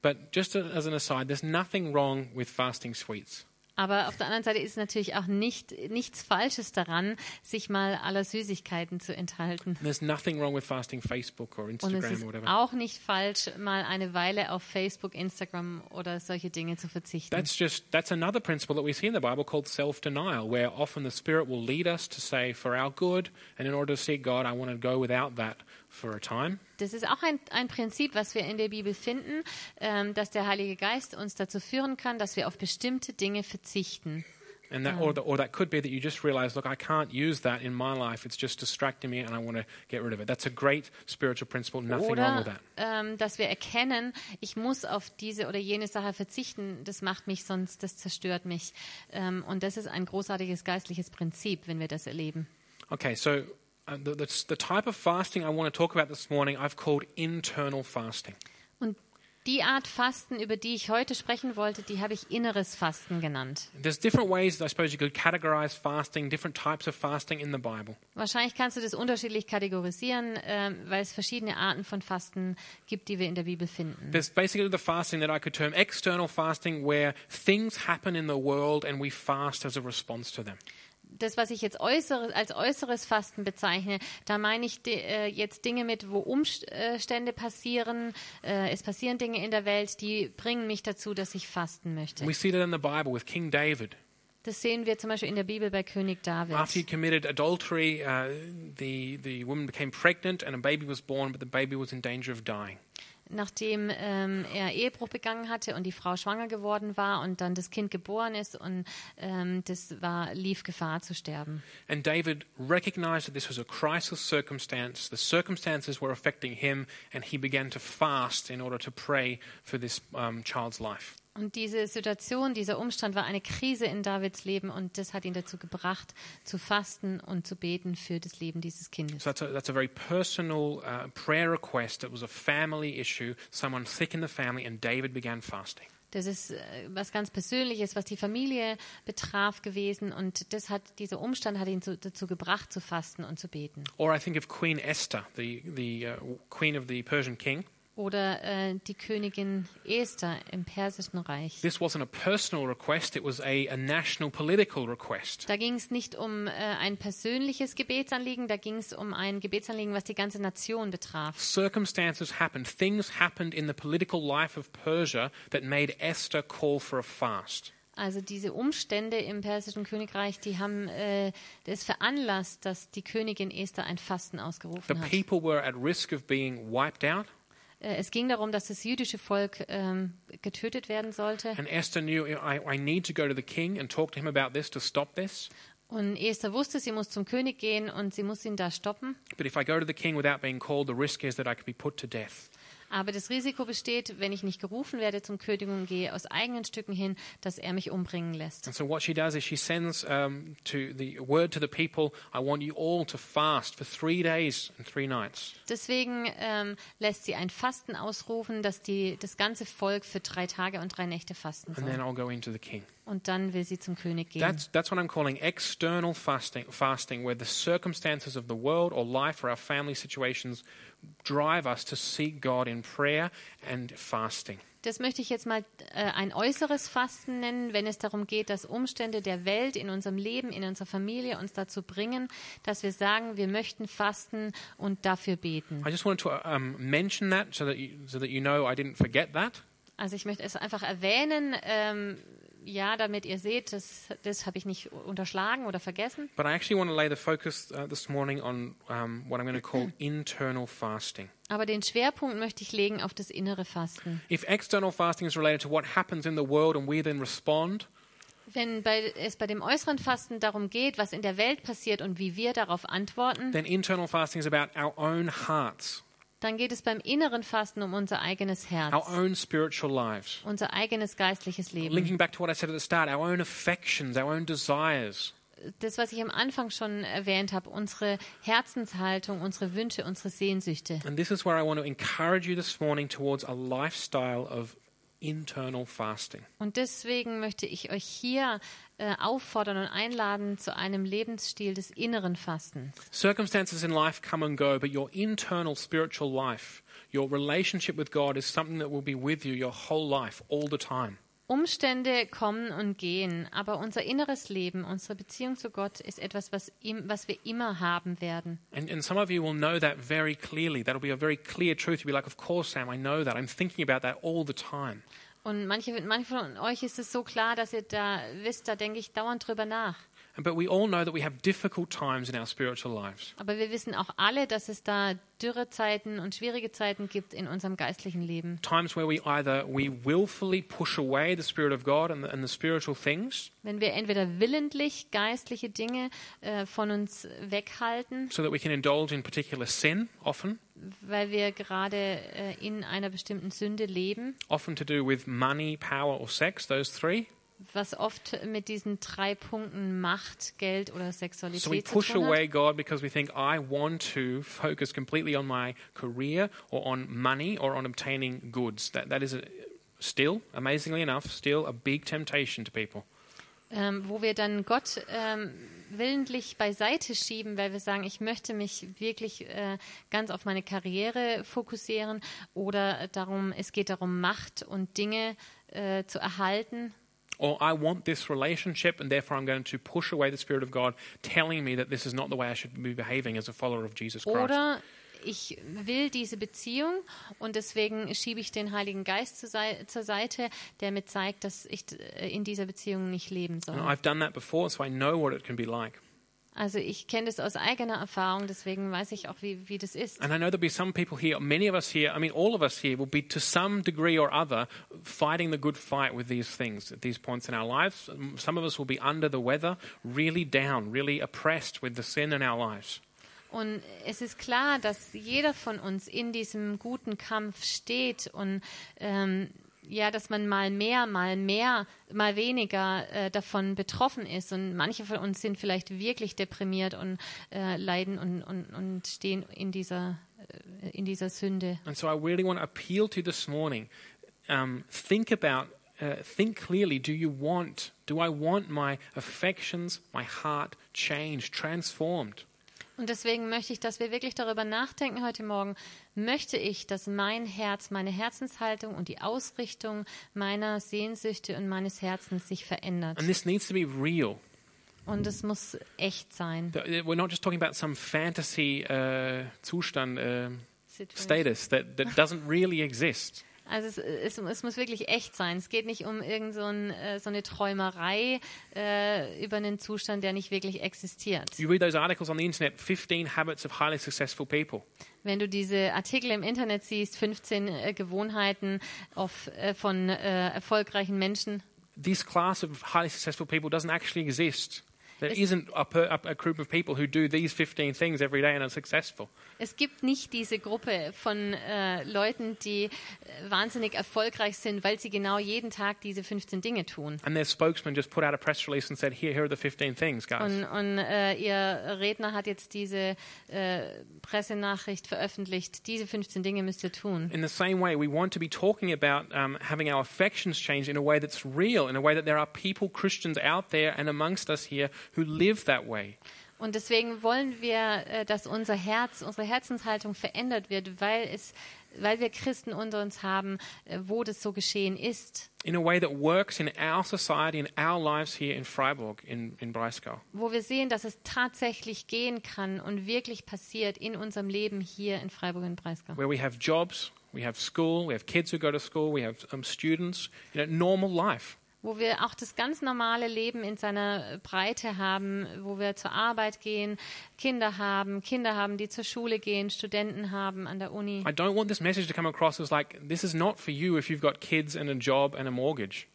Speaker 1: But just a- as an aside, there's nothing wrong with fasting sweets.
Speaker 2: Aber auf der anderen Seite ist natürlich auch nicht, nichts Falsches daran, sich mal aller Süßigkeiten zu enthalten.
Speaker 1: And There's nothing wrong with fasting Facebook or
Speaker 2: Und es
Speaker 1: Instagram
Speaker 2: ist
Speaker 1: or whatever.
Speaker 2: auch nicht falsch, mal eine Weile auf Facebook, Instagram oder solche Dinge zu verzichten.
Speaker 1: That's just that's another principle that we see in the Bible called self-denial, where often the Spirit will lead us to say, for our good, and in order to seek God, I want to go without that for a time.
Speaker 2: das ist auch ein, ein Prinzip, was wir in der Bibel finden, ähm, dass der Heilige Geist uns dazu führen kann, dass wir auf bestimmte Dinge verzichten.
Speaker 1: And that, or, the, or that could be that you just realize, look, I can't use that in my life. It's just distracting me, and I want to get rid of it. That's a great spiritual principle. Nothing wrong with
Speaker 2: Oder
Speaker 1: that.
Speaker 2: ähm, dass wir erkennen, ich muss auf diese oder jene Sache verzichten, das macht mich sonst, das zerstört mich. Ähm, und das ist ein großartiges geistliches Prinzip, wenn wir das erleben.
Speaker 1: Okay, so uh, the, the, the type of fasting I want to talk about this morning, I've called internal fasting.
Speaker 2: Und die Art Fasten, über die ich heute sprechen wollte, die habe ich inneres Fasten genannt.
Speaker 1: There's different ways that I suppose you could categorize fasting, different types of fasting in the Bible.
Speaker 2: Wahrscheinlich kannst du das unterschiedlich kategorisieren, ähm, weil es verschiedene Arten von Fasten gibt, die wir in der Bibel finden.
Speaker 1: There's basically the fasting that I could term external fasting, where things happen in the world and we fast as a response to them.
Speaker 2: Das, was ich jetzt äußere, als äußeres Fasten bezeichne, da meine ich di- äh, jetzt Dinge mit, wo Umstände passieren. Äh, es passieren Dinge in der Welt, die bringen mich dazu, dass ich fasten möchte.
Speaker 1: We see that in the Bible with King David.
Speaker 2: Das sehen wir zum Beispiel in der Bibel bei König David.
Speaker 1: After he committed adultery, uh, the, the woman became pregnant and a baby was born, but the baby was in danger of dying.
Speaker 2: nachdem ähm, er Ehebruch begangen hatte und die Frau schwanger geworden war und dann das Kind geboren ist und ähm, das war, lief Gefahr zu sterben.
Speaker 1: And David recognized that this was a crisis circumstance. The circumstances were affecting him, and he began to fast in order to pray for this um, child's life.
Speaker 2: Und diese Situation, dieser Umstand war eine Krise in Davids Leben und das hat ihn dazu gebracht, zu fasten und zu beten für das Leben dieses Kindes.
Speaker 1: So that's a, that's a very personal uh, prayer request. It was a family issue, someone sick in the family, and David began fasting.
Speaker 2: Das ist äh, was ganz Persönliches, was die Familie betraf gewesen und das hat, dieser Umstand hat ihn zu, dazu gebracht, zu fasten und zu beten.
Speaker 1: Or I think of Queen Esther, the, the uh, queen of the Persian king.
Speaker 2: Oder äh, die Königin Esther im Persischen Reich.
Speaker 1: This wasn't a personal request, it was a, a national political request.
Speaker 2: Da ging es nicht um äh, ein persönliches Gebetsanliegen, da ging es um ein Gebetsanliegen, was die ganze Nation betraf.
Speaker 1: Circumstances happened, things happened in the political life of Persia that made Esther call for a fast.
Speaker 2: Also diese Umstände im persischen Königreich, die haben äh, es veranlasst, dass die Königin Esther ein Fasten
Speaker 1: The
Speaker 2: ausgerufen hat. Äh,
Speaker 1: people were at risk of being wiped out,
Speaker 2: es ging darum, dass das jüdische Volk ähm, getötet werden sollte.
Speaker 1: and Esther knew I, I need to go to the king and talk to him about this to stop this.
Speaker 2: Und Esther wusste, sie muss zum König gehen und sie muss ihn da stoppen.
Speaker 1: But if I go to the king without being called, the risk is that I could be put to death.
Speaker 2: Aber das Risiko besteht, wenn ich nicht gerufen werde zum König und gehe aus eigenen Stücken hin, dass er mich umbringen lässt.
Speaker 1: And so what she does is she sends um, to the word to the people, I want you all to fast for three days and three nights.
Speaker 2: Deswegen ähm, lässt sie ein Fasten ausrufen, dass die, das ganze Volk für drei Tage und drei Nächte fasten
Speaker 1: And
Speaker 2: soll.
Speaker 1: then I'll go into the king.
Speaker 2: Und dann will sie zum König gehen.
Speaker 1: That's, that's what I'm calling external fasting, fasting, where the circumstances of the world or life or our family situations drive us to seek God in prayer and fasting.
Speaker 2: Das möchte ich jetzt mal äh, ein äußeres Fasten nennen, wenn es darum geht, dass Umstände der Welt in unserem Leben, in unserer Familie uns dazu bringen, dass wir sagen, wir möchten fasten und dafür beten.
Speaker 1: I just wanted to uh, um, mention that so that, you, so that you know I didn't forget that.
Speaker 2: Also ich möchte es einfach erwähnen, ähm, ja, damit ihr seht, das, das habe ich nicht unterschlagen oder vergessen.
Speaker 1: But I actually want to lay the focus uh, this morning on um, what I'm going to call internal fasting.
Speaker 2: Aber den Schwerpunkt möchte ich legen auf das innere Fasten.
Speaker 1: If external fasting is related to what happens in the world and we then respond,
Speaker 2: Wenn bei, es bei dem äußeren Fasten darum geht, was in der Welt passiert und wie wir darauf antworten,
Speaker 1: then internal fasting is about our own hearts,
Speaker 2: dann geht es beim inneren Fasten um unser eigenes
Speaker 1: our
Speaker 2: Herz,
Speaker 1: own spiritual lives.
Speaker 2: unser eigenes geistliches Leben.
Speaker 1: Linking back to what I said at the start, our own affections, our own desires.
Speaker 2: Das, was ich am Anfang schon erwähnt habe, unsere Herzenshaltung, unsere Wünsche, unsere Sehnsüchte.
Speaker 1: And this is where I want to encourage you this morning towards a lifestyle of internal fasting.
Speaker 2: Und deswegen möchte ich euch hier äh, auffordern und einladen zu einem Lebensstil des inneren Fastens.
Speaker 1: Circumstances in life come and go, but your internal spiritual life, your relationship with God is something that will be with you your whole life, all the time.
Speaker 2: Umstände kommen und gehen, aber unser inneres Leben, unsere Beziehung zu Gott ist etwas, was, im, was wir immer haben werden.
Speaker 1: And, and some of you will know that very clearly. That'll be a very clear truth. You'll be like, Of course, Sam, I know that. I'm thinking about that all the time.
Speaker 2: Und manche, manche von euch ist es so klar, dass ihr da wisst, da denke ich dauernd drüber nach.
Speaker 1: And- But we all know that we have difficult times in our spiritual lives.
Speaker 2: Aber wir wissen auch alle, dass es da Dürrezeiten und schwierige Zeiten gibt in unserem geistlichen Leben.
Speaker 1: Times where we either we willfully push away the Spirit of God and the, and the spiritual things
Speaker 2: Wenn wir entweder willentlich geistliche Dinge äh, von uns weghalten
Speaker 1: so that we can indulge in particular sin, often,
Speaker 2: weil wir gerade äh, in einer bestimmten Sünde leben,
Speaker 1: often to do with money, power, or sex, those three.
Speaker 2: was oft mit diesen drei Punkten Macht, Geld
Speaker 1: So
Speaker 2: oder
Speaker 1: we
Speaker 2: Sexualität zu
Speaker 1: push
Speaker 2: tun hat.
Speaker 1: away God because we think, I want to focus completely on my career or on money or on obtaining goods. That, that is a, still, amazingly enough, still a big temptation to people.
Speaker 2: Ähm, wo wir dann Gott ähm, willentlich beiseite schieben, weil wir sagen, ich möchte mich wirklich äh, ganz auf meine Karriere fokussieren oder darum, es geht darum, Macht und Dinge äh, zu erhalten.
Speaker 1: Or I want this relationship and therefore I'm going to push away the Spirit of God telling me that this is not the way I should be behaving as a follower of Jesus Christ.
Speaker 2: Oder ich will diese Beziehung und deswegen schiebe ich den Heiligen Geist zur Sei- zur Seite, der mir zeigt, dass ich äh, in dieser Beziehung nicht leben
Speaker 1: And
Speaker 2: soll.
Speaker 1: I've done that before, so I know what it can be like.
Speaker 2: Also ich kenne das aus eigener Erfahrung, deswegen weiß ich auch, wie, wie das ist.
Speaker 1: And I know there'll be some people here, many of us here, I mean, all of us here will be to some degree or other fighting the good fight with these things at these points in our lives. Some of us will be under the weather, really down, really oppressed with the sin in our lives.
Speaker 2: Und es ist klar, dass jeder von uns in diesem guten Kampf steht und ähm, ja, dass man mal mehr, mal mehr, mal weniger äh, davon betroffen ist. Und manche von uns sind vielleicht wirklich deprimiert und äh, leiden und, und, und stehen in dieser, äh, in dieser Sünde.
Speaker 1: And so I really want to appeal to you this morning. Um, think about, uh, think clearly. Do you want, do I want my affections, my heart changed, transformed?
Speaker 2: Und deswegen möchte ich, dass wir wirklich darüber nachdenken heute Morgen. Möchte ich, dass mein Herz, meine Herzenshaltung und die Ausrichtung meiner Sehnsüchte und meines Herzens sich verändert?
Speaker 1: And this needs to be real.
Speaker 2: Und es muss echt sein.
Speaker 1: Th- We're not just talking about some fantasy uh, Zustand uh, status that, that doesn't really exist.
Speaker 2: Also es, es, es muss wirklich echt sein. Es geht nicht um irgend so, ein, äh, so eine Träumerei äh, über einen Zustand, der nicht wirklich existiert.
Speaker 1: You read those articles on the internet 15 habits of highly successful people.
Speaker 2: Wenn du diese Artikel im Internet siehst, 15 äh, Gewohnheiten auf, äh, von äh, erfolgreichen Menschen,
Speaker 1: This class of highly successful people doesn't actually exist. There
Speaker 2: It's-
Speaker 1: isn't a, per, a, a group of people who do these 15 things every day and are successful.
Speaker 2: Es gibt nicht diese Gruppe von äh, Leuten, die äh, wahnsinnig erfolgreich sind, weil sie genau jeden Tag diese 15 Dinge tun.
Speaker 1: And their spokesman just put out a press release and said, Here, here are the 15 things, guys.
Speaker 2: Und, und äh, ihr Redner hat jetzt diese äh, Pressenachricht veröffentlicht. Diese 15 Dinge müsst ihr tun.
Speaker 1: In the same way, we want to be talking about um, having our affections changed in a way that's real, in a way that there are people, Christians out there and amongst us here who live that way.
Speaker 2: Und deswegen wollen wir, äh, dass unser Herz, unsere Herzenshaltung verändert wird, weil, es, weil wir Christen unter uns haben, äh, wo das so geschehen ist.
Speaker 1: in a way that works in our society, in our lives here in Freiburg, in, in Breisgau.
Speaker 2: wo wir sehen, dass es tatsächlich gehen kann und wirklich passiert in unserem Leben hier in Freiburg und Breisgau.
Speaker 1: Where we have jobs, we have school, we have kids who go to school, we have um, students, you know, normal life.
Speaker 2: Wo wir auch das ganz normale Leben in seiner Breite haben, wo wir zur Arbeit gehen, Kinder haben, Kinder haben, die zur Schule gehen, Studenten haben an der Uni.
Speaker 1: I don't want this message to come across as like, this is not for you if you've got kids and a job and a mortgage.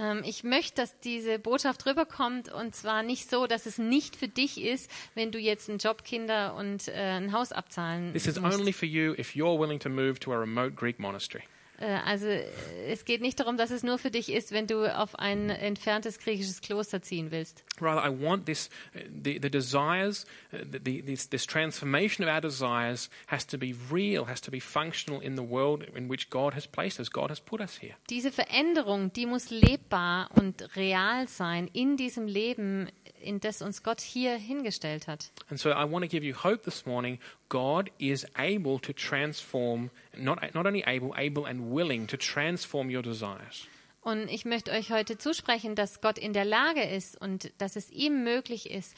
Speaker 2: Ähm, ich möchte, dass diese Botschaft rüberkommt und zwar nicht so, dass es nicht für dich ist, wenn du jetzt einen Job, Kinder und äh, ein Haus abzahlen
Speaker 1: This is
Speaker 2: musst.
Speaker 1: only for you if you're willing to move to a remote Greek monastery.
Speaker 2: Äh, Also äh, es geht nicht darum, dass es nur für dich ist, wenn du auf ein entferntes griechisches Kloster ziehen willst.
Speaker 1: Rather, I want this, uh, the, the desires, uh, the, the, this, this transformation of our desires has to be real, has to be functional in the world in which God has placed us, God has put us here.
Speaker 2: Diese Veränderung, die muss lebbar und real sein in diesem Leben, in das uns Gott hier hingestellt hat.
Speaker 1: And so I want to give you hope this morning. God is able to transform, not, not only able, able and willing to transform your desires.
Speaker 2: Und ich möchte euch heute zusprechen, dass Gott in der Lage ist und dass es ihm möglich ist,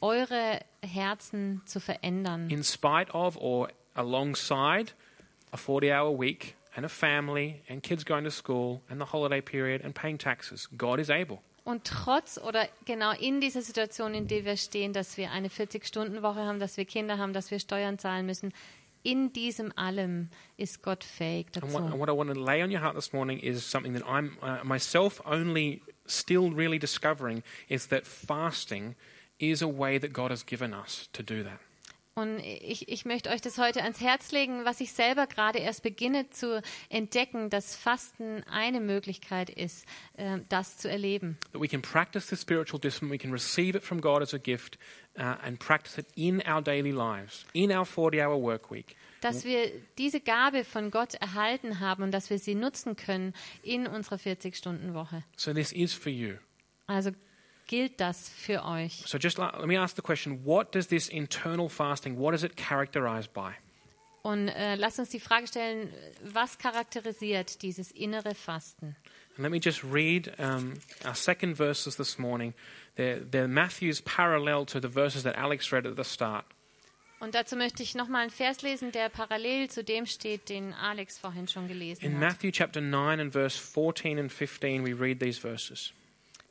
Speaker 2: eure Herzen zu verändern.
Speaker 1: In spite of or alongside a 40 hour week and a family and kids going to school and the holiday period and paying taxes, God is able.
Speaker 2: Und trotz oder genau in dieser Situation, in der wir stehen, dass wir eine 40-Stunden-Woche haben, dass wir Kinder haben, dass wir Steuern zahlen müssen, in diesem allem ist Gott fähig
Speaker 1: And what, and
Speaker 2: dazu.
Speaker 1: what I want to lay on your heart this morning is something that I'm uh, myself only still really discovering is that fasting is a way that God has given us to do that.
Speaker 2: Und ich, ich möchte euch das heute ans Herz legen, was ich selber gerade erst beginne zu entdecken, dass Fasten eine Möglichkeit ist, äh, das zu erleben.
Speaker 1: that we can practice the spiritual discipline, we can receive it from God as a gift, uh, and practice it in our daily lives, in our 40 hour work week.
Speaker 2: Dass wir diese Gabe von Gott erhalten haben und dass wir sie nutzen können in unserer 40-Stunden-Woche.
Speaker 1: So, this is for you.
Speaker 2: Also gilt das für euch.
Speaker 1: So, just like, let me ask the question what does this internal fasting, what is it characterized by?
Speaker 2: Und äh, lasst uns die Frage stellen, was charakterisiert dieses innere Fasten?
Speaker 1: And let me just read um, our second verses this morning. They're, they're Matthew's parallel to the verses that Alex read at the start.
Speaker 2: Und dazu möchte ich nochmal einen Vers lesen, der parallel zu dem steht, den Alex vorhin schon
Speaker 1: In
Speaker 2: gelesen hat.
Speaker 1: Matthew chapter 9 and verse 14 and 15, we read these verses.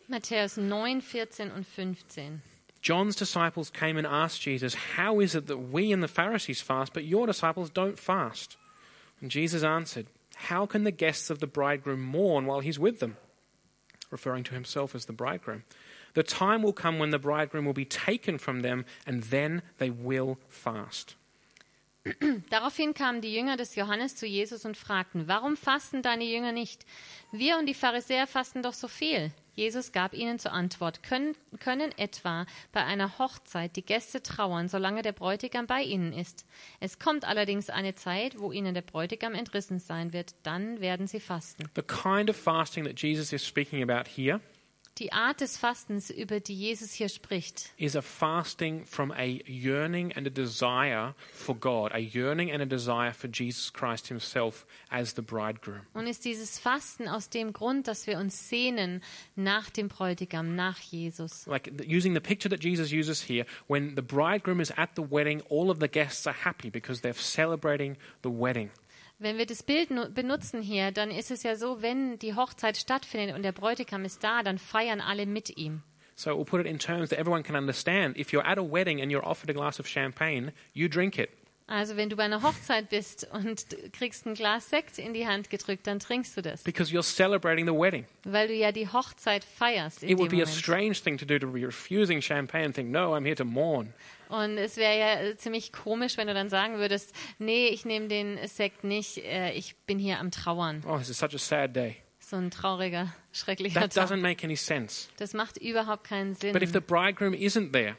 Speaker 2: Matthäus 9, 14 und 15.
Speaker 1: John's disciples came and asked Jesus, How is it that we and the Pharisees fast, but your disciples don't fast? And Jesus answered, How can the guests of the bridegroom mourn while he's with them? Referring to himself as the bridegroom. The time will come when the bridegroom will be taken from them, and then they will fast.
Speaker 2: Daraufhin kamen die Jünger des Johannes zu Jesus und fragten, warum fasten deine Jünger nicht? Wir und die Pharisäer fasten doch so viel. Jesus gab ihnen zur Antwort, können, können etwa bei einer Hochzeit die Gäste trauern, solange der Bräutigam bei ihnen ist. Es kommt allerdings eine Zeit, wo ihnen der Bräutigam entrissen sein wird, dann werden sie fasten.
Speaker 1: The kind of fasting that Jesus is speaking about here
Speaker 2: Die Art des Fastens, über die Jesus hier spricht,
Speaker 1: is a fasting from a yearning and a desire for God, a yearning and a desire for Jesus Christ himself as the bridegroom.
Speaker 2: Und ist dieses Fasten aus dem Grund, dass wir uns sehnen nach dem Bräutigam, nach Jesus.
Speaker 1: Like th- using the picture that Jesus uses here, when the bridegroom is at the wedding, all of the guests are happy because they're celebrating the wedding.
Speaker 2: Wenn wir das Bild nu- benutzen hier, dann ist es ja so, wenn die Hochzeit stattfindet und der Bräutigam ist da, dann feiern alle mit ihm.
Speaker 1: So we'll put it in terms that everyone can understand. If you're at a wedding and you're offered a glass of champagne, you drink it.
Speaker 2: Also wenn du bei einer Hochzeit bist und d- kriegst ein Glas Sekt in die Hand gedrückt, dann trinkst du das,
Speaker 1: because you're celebrating the wedding.
Speaker 2: weil du ja die Hochzeit feierst.
Speaker 1: It
Speaker 2: In
Speaker 1: would
Speaker 2: dem
Speaker 1: be a
Speaker 2: Moment.
Speaker 1: strange thing to do to be refusing champagne and think, no, I'm here to mourn.
Speaker 2: Und es wäre ja äh, ziemlich komisch, wenn du dann sagen würdest, nee, ich nehme den Sekt nicht, äh, ich bin hier am Trauern.
Speaker 1: Oh, this is such a sad day.
Speaker 2: So ein trauriger, schrecklicher
Speaker 1: That
Speaker 2: Tag.
Speaker 1: doesn't make any sense.
Speaker 2: Das macht überhaupt keinen Sinn.
Speaker 1: But if the bridegroom isn't there,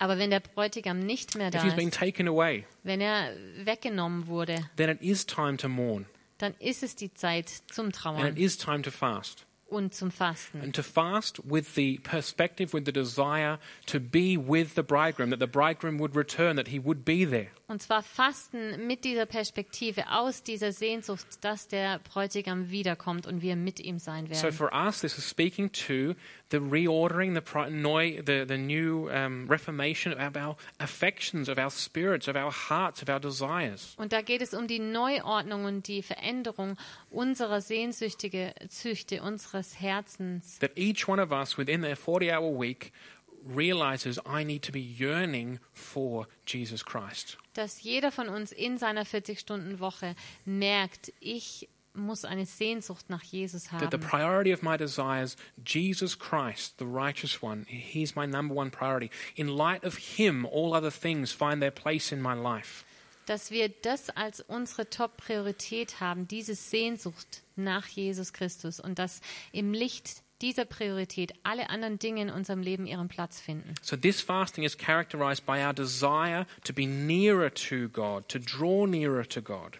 Speaker 2: Aber wenn der Bräutigam nicht mehr
Speaker 1: if
Speaker 2: da
Speaker 1: he's been
Speaker 2: ist,
Speaker 1: taken away,
Speaker 2: wenn er weggenommen wurde,
Speaker 1: then it is time to mourn
Speaker 2: dann ist es die Zeit zum
Speaker 1: and it
Speaker 2: Trauern
Speaker 1: is time to fast.
Speaker 2: und zum Fasten.
Speaker 1: And to fast with the perspective, with the desire to be with the bridegroom, that the bridegroom would return, that he would be there.
Speaker 2: Und zwar Fasten mit dieser Perspektive, aus dieser Sehnsucht, dass der Bräutigam wiederkommt und wir mit ihm sein
Speaker 1: So
Speaker 2: werden.
Speaker 1: for us, this is speaking to the reordering, the pri- noi, the, the new um, reformation of our affections, of our spirits, of our hearts, of our desires.
Speaker 2: Und da geht es um die Neuordnung und die Veränderung unserer sehnsüchtigen Züchte, unseres Herzens.
Speaker 1: That each one of us within their 40 hour week realizes I need to be yearning for Jesus Christ.
Speaker 2: Dass jeder von uns in seiner 40-Stunden-Woche merkt, ich muss eine Sehnsucht nach Jesus
Speaker 1: That the
Speaker 2: haben.
Speaker 1: priority of my desires, Jesus Christ, the righteous one, he's my number one priority. In light of him, all other things find their place in my life.
Speaker 2: dass wir das als unsere Top-Priorität haben, diese Sehnsucht nach Jesus Christus und dass im Licht dieser Priorität alle anderen Dinge in unserem Leben ihren Platz finden.
Speaker 1: So, this fasting is characterized by our desire to be nearer to God, to draw nearer to God.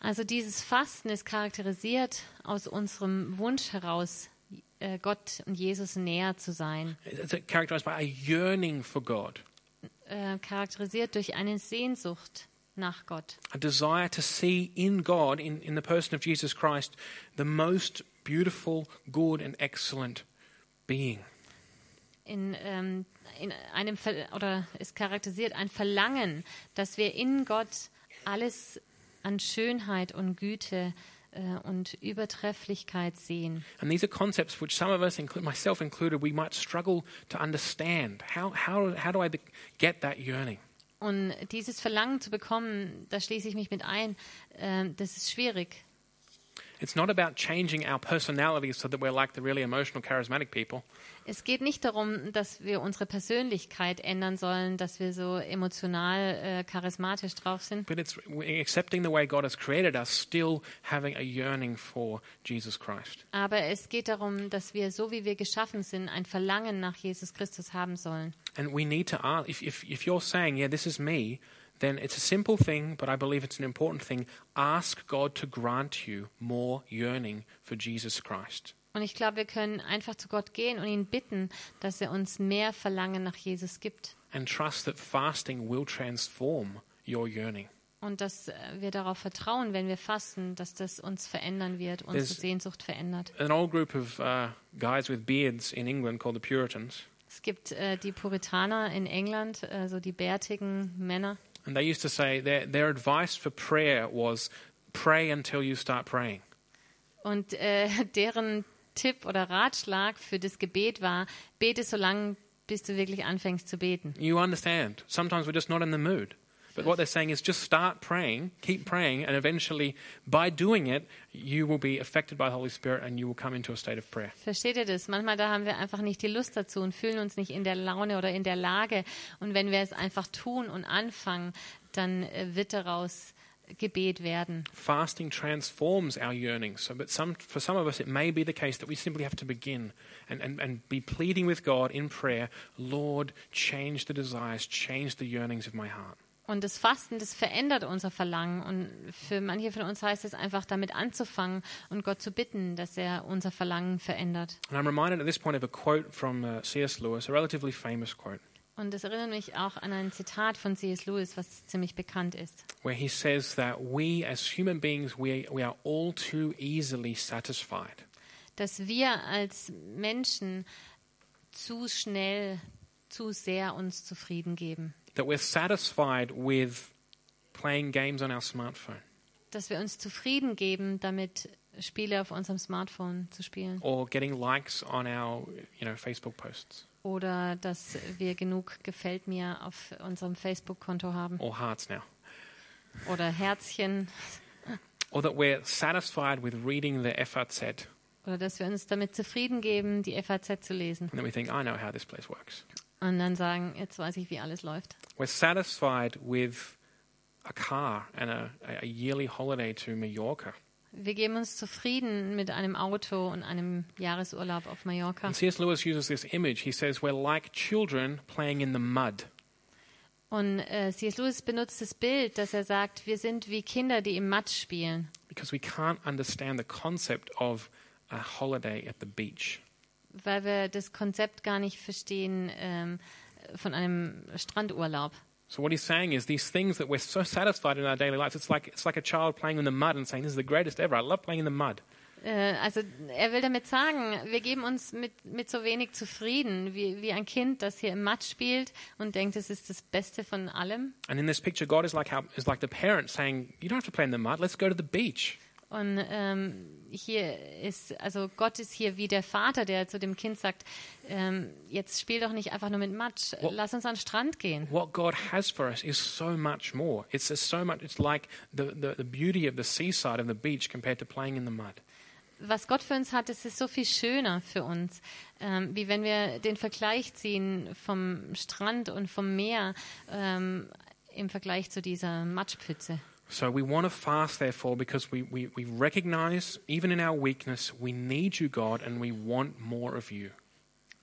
Speaker 2: Also dieses Fasten ist charakterisiert aus unserem Wunsch heraus, äh, Gott und Jesus näher zu sein,
Speaker 1: It's characterized by a yearning for God,
Speaker 2: äh, charakterisiert durch eine Sehnsucht nach Gott.
Speaker 1: a desire to see in God, in, in the person of Jesus Christ, the most beautiful, good, and excellent being.
Speaker 2: in, ähm, in einem Ver oder es charakterisiert ein Verlangen, dass wir in Gott alles an Schönheit und Güte äh, und Übertrefflichkeit sehen.
Speaker 1: And these are concepts which some of us, inclu- myself included, we might struggle to understand. How, how, how do I be- get that yearning?
Speaker 2: Und dieses Verlangen zu bekommen, da schließe ich mich mit ein, ähm, das ist schwierig.
Speaker 1: It's not about changing our personality so that we're like the really emotional, charismatic people.
Speaker 2: Es geht nicht darum, dass wir unsere Persönlichkeit ändern sollen, dass wir so emotional äh, charismatisch drauf sind,
Speaker 1: But it's accepting the way God has created us, still having a yearning for Jesus Christ.
Speaker 2: aber es geht darum, dass wir so wie wir geschaffen sind, ein Verlangen nach Jesus Christus haben sollen.
Speaker 1: And we need to ask if, if, if you're saying, yeah, this is me, then it's a simple thing, but I believe it's an important thing. Ask God to grant you more yearning for Jesus Christ.
Speaker 2: Und ich glaube, wir können einfach zu Gott gehen und ihn bitten, dass er uns mehr Verlangen nach Jesus gibt
Speaker 1: And trust that fasting will transform your yearning.
Speaker 2: und dass äh, wir darauf vertrauen, wenn wir fasten, dass das uns verändern wird, unsere
Speaker 1: Es-
Speaker 2: Sehnsucht verändert.
Speaker 1: An old group of uh, guys with beards in England called the Puritans,
Speaker 2: Es gibt äh, die Puritaner in England, äh, so die bärtigen Männer.
Speaker 1: and they used to say their, their advice for prayer was pray until you start praying.
Speaker 2: Und äh, deren Tipp oder Ratschlag für das Gebet war, bete so lange, bis du wirklich anfängst zu beten.
Speaker 1: You understand. Sometimes we're just not in the mood. But what they're saying is just start praying, keep praying, and eventually, by doing it, you will be affected by the Holy Spirit and you will come into a state of prayer.
Speaker 2: Versteht ihr das? Manchmal da haben wir einfach nicht die Lust dazu und fühlen uns nicht in der Laune oder in der Lage. Und wenn wir es einfach tun und anfangen, dann äh, wird daraus Gebet werden.
Speaker 1: Fasting transforms our yearnings. So, but some, for some of us, it may be the case that we simply have to begin and, and, and be pleading with God in prayer Lord, change the desires, change the yearnings of my heart.
Speaker 2: Und das Fasten, das verändert unser Verlangen. Und für manche von uns heißt es einfach, damit anzufangen und Gott zu bitten, dass er unser Verlangen verändert.
Speaker 1: And I'm reminded at this point of a quote from uh, C.S. Lewis, a relatively famous quote,
Speaker 2: Und das erinnert mich auch an ein Zitat von C.S. Lewis, was ziemlich bekannt ist.
Speaker 1: where he says that we as human beings, we, we are all too easily satisfied.
Speaker 2: Dass wir als Menschen zu schnell, zu sehr uns zufrieden geben.
Speaker 1: That we're satisfied with playing games on our smartphone
Speaker 2: Dass wir uns zufrieden geben, damit Spiele auf unserem Smartphone zu spielen.
Speaker 1: or getting likes on our you know, Facebook posts
Speaker 2: Oder dass wir genug Gefällt mir auf unserem Facebook-Konto haben.
Speaker 1: or hearts now.
Speaker 2: Oder Herzchen.
Speaker 1: Or that we're satisfied with reading the FAZ and
Speaker 2: Oder dass wir uns damit zufrieden geben, die FAZ zu lesen
Speaker 1: then we think, I know how this place works.
Speaker 2: und dann sagen, jetzt weiß ich, wie alles läuft.
Speaker 1: We're satisfied with a car and a, a yearly holiday to Mallorca.
Speaker 2: Wir geben uns zufrieden mit einem Auto und einem Jahresurlaub auf Mallorca.
Speaker 1: And C.S. Lewis uses this image. He says, We're like children playing in the mud.
Speaker 2: Und äh, C.S. Lewis benutzt das Bild, dass er sagt, wir sind wie Kinder, die im Matsch spielen,
Speaker 1: because we can't understand the concept of a holiday at the beach.
Speaker 2: weil wir das Konzept gar nicht verstehen ähm, von einem Strandurlaub.
Speaker 1: So what he's saying is these things that we're so satisfied in our daily lives, it's like it's like a child playing in the mud and saying, This is the greatest ever. I love playing in the mud.
Speaker 2: Äh, Also er will damit sagen, wir geben uns mit, mit so wenig zufrieden, wie, wie ein Kind, das hier im Matsch spielt und denkt, es ist das Beste von allem.
Speaker 1: And in this picture, God is like how is like the parent saying, You don't have to play in the mud, let's go to the beach.
Speaker 2: Und ähm, hier ist, also Gott ist hier wie der Vater, der zu dem Kind sagt, ähm, jetzt spiel doch nicht einfach nur mit Matsch,
Speaker 1: Wo-
Speaker 2: lass uns an den Strand gehen.
Speaker 1: What God has for us is so much more. It's just so much it's like the, the, the beauty of the seaside and the beach compared to playing in the mud.
Speaker 2: Was Gott für uns hat, das ist so viel schöner für uns, ähm, wie wenn wir den Vergleich ziehen vom Strand und vom Meer ähm, im Vergleich zu dieser Matschpfütze.
Speaker 1: So we want to fast, therefore, because we, we, we recognize, even in our weakness, we need you, God, and we want more of you.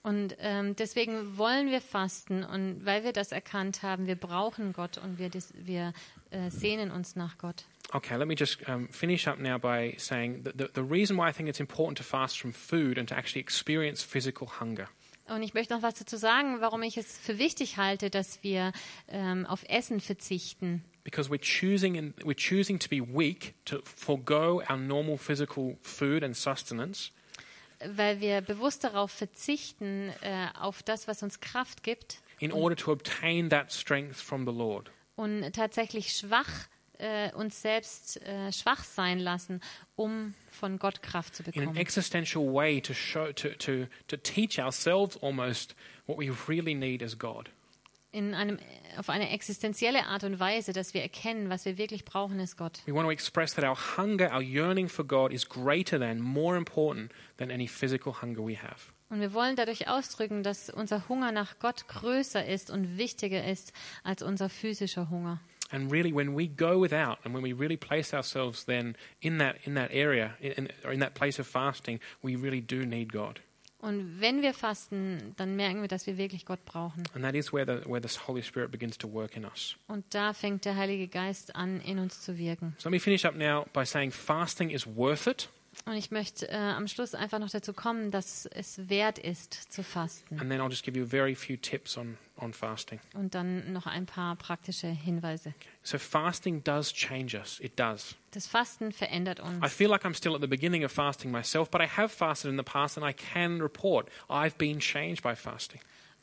Speaker 2: Und ähm, deswegen wollen wir fasten und weil wir das erkannt haben, wir brauchen Gott und wir, des, wir äh, sehnen uns nach Gott.
Speaker 1: Okay, let me just um, finish up now by saying that the, the reason why I think it's important to fast from food and to actually experience physical hunger
Speaker 2: Und ich möchte noch was dazu sagen, warum ich es für wichtig halte, dass wir ähm, auf Essen verzichten.
Speaker 1: because we're choosing, in, we're choosing to be weak, to forego our normal physical food and sustenance,
Speaker 2: Weil wir bewusst darauf verzichten, äh, auf das, was uns Kraft gibt
Speaker 1: in order to obtain that strength from the Lord.
Speaker 2: und tatsächlich schwach äh, uns selbst äh, schwach sein lassen, um von Gott Kraft zu
Speaker 1: in an
Speaker 2: bekommen.
Speaker 1: existential way to show to, to, to teach ourselves almost what we really need is God.
Speaker 2: In einem, auf eine existenzielle Art und Weise, dass wir erkennen, was wir wirklich brauchen, ist Gott.
Speaker 1: We want to express that our hunger, our yearning for God is greater than, more important than any physical hunger we have.
Speaker 2: Und wir wollen dadurch ausdrücken, dass unser Hunger nach Gott größer ist und wichtiger ist als unser physischer Hunger.
Speaker 1: And really, when we go without, and when we really place ourselves then in that in that area, in- in, or in that place of fasting, we really do need God,
Speaker 2: Und wenn wir fasten, dann merken wir, dass wir wirklich Gott brauchen.
Speaker 1: and that is where the where the Holy Spirit begins to work in us.
Speaker 2: Und da fängt der Heilige Geist an, in uns zu wirken.
Speaker 1: So let me finish up now by saying fasting is worth it,
Speaker 2: Und ich möchte äh, am Schluss einfach noch dazu kommen, dass es wert ist, zu fasten.
Speaker 1: and then I'll just give you very few tips on on fasting.
Speaker 2: Und dann noch ein paar praktische Hinweise.
Speaker 1: So fasting does change us. It does.
Speaker 2: Das Fasten verändert uns.
Speaker 1: I feel like I'm still at the beginning of fasting myself, but I have fasted in the past and I can report I've been changed by fasting.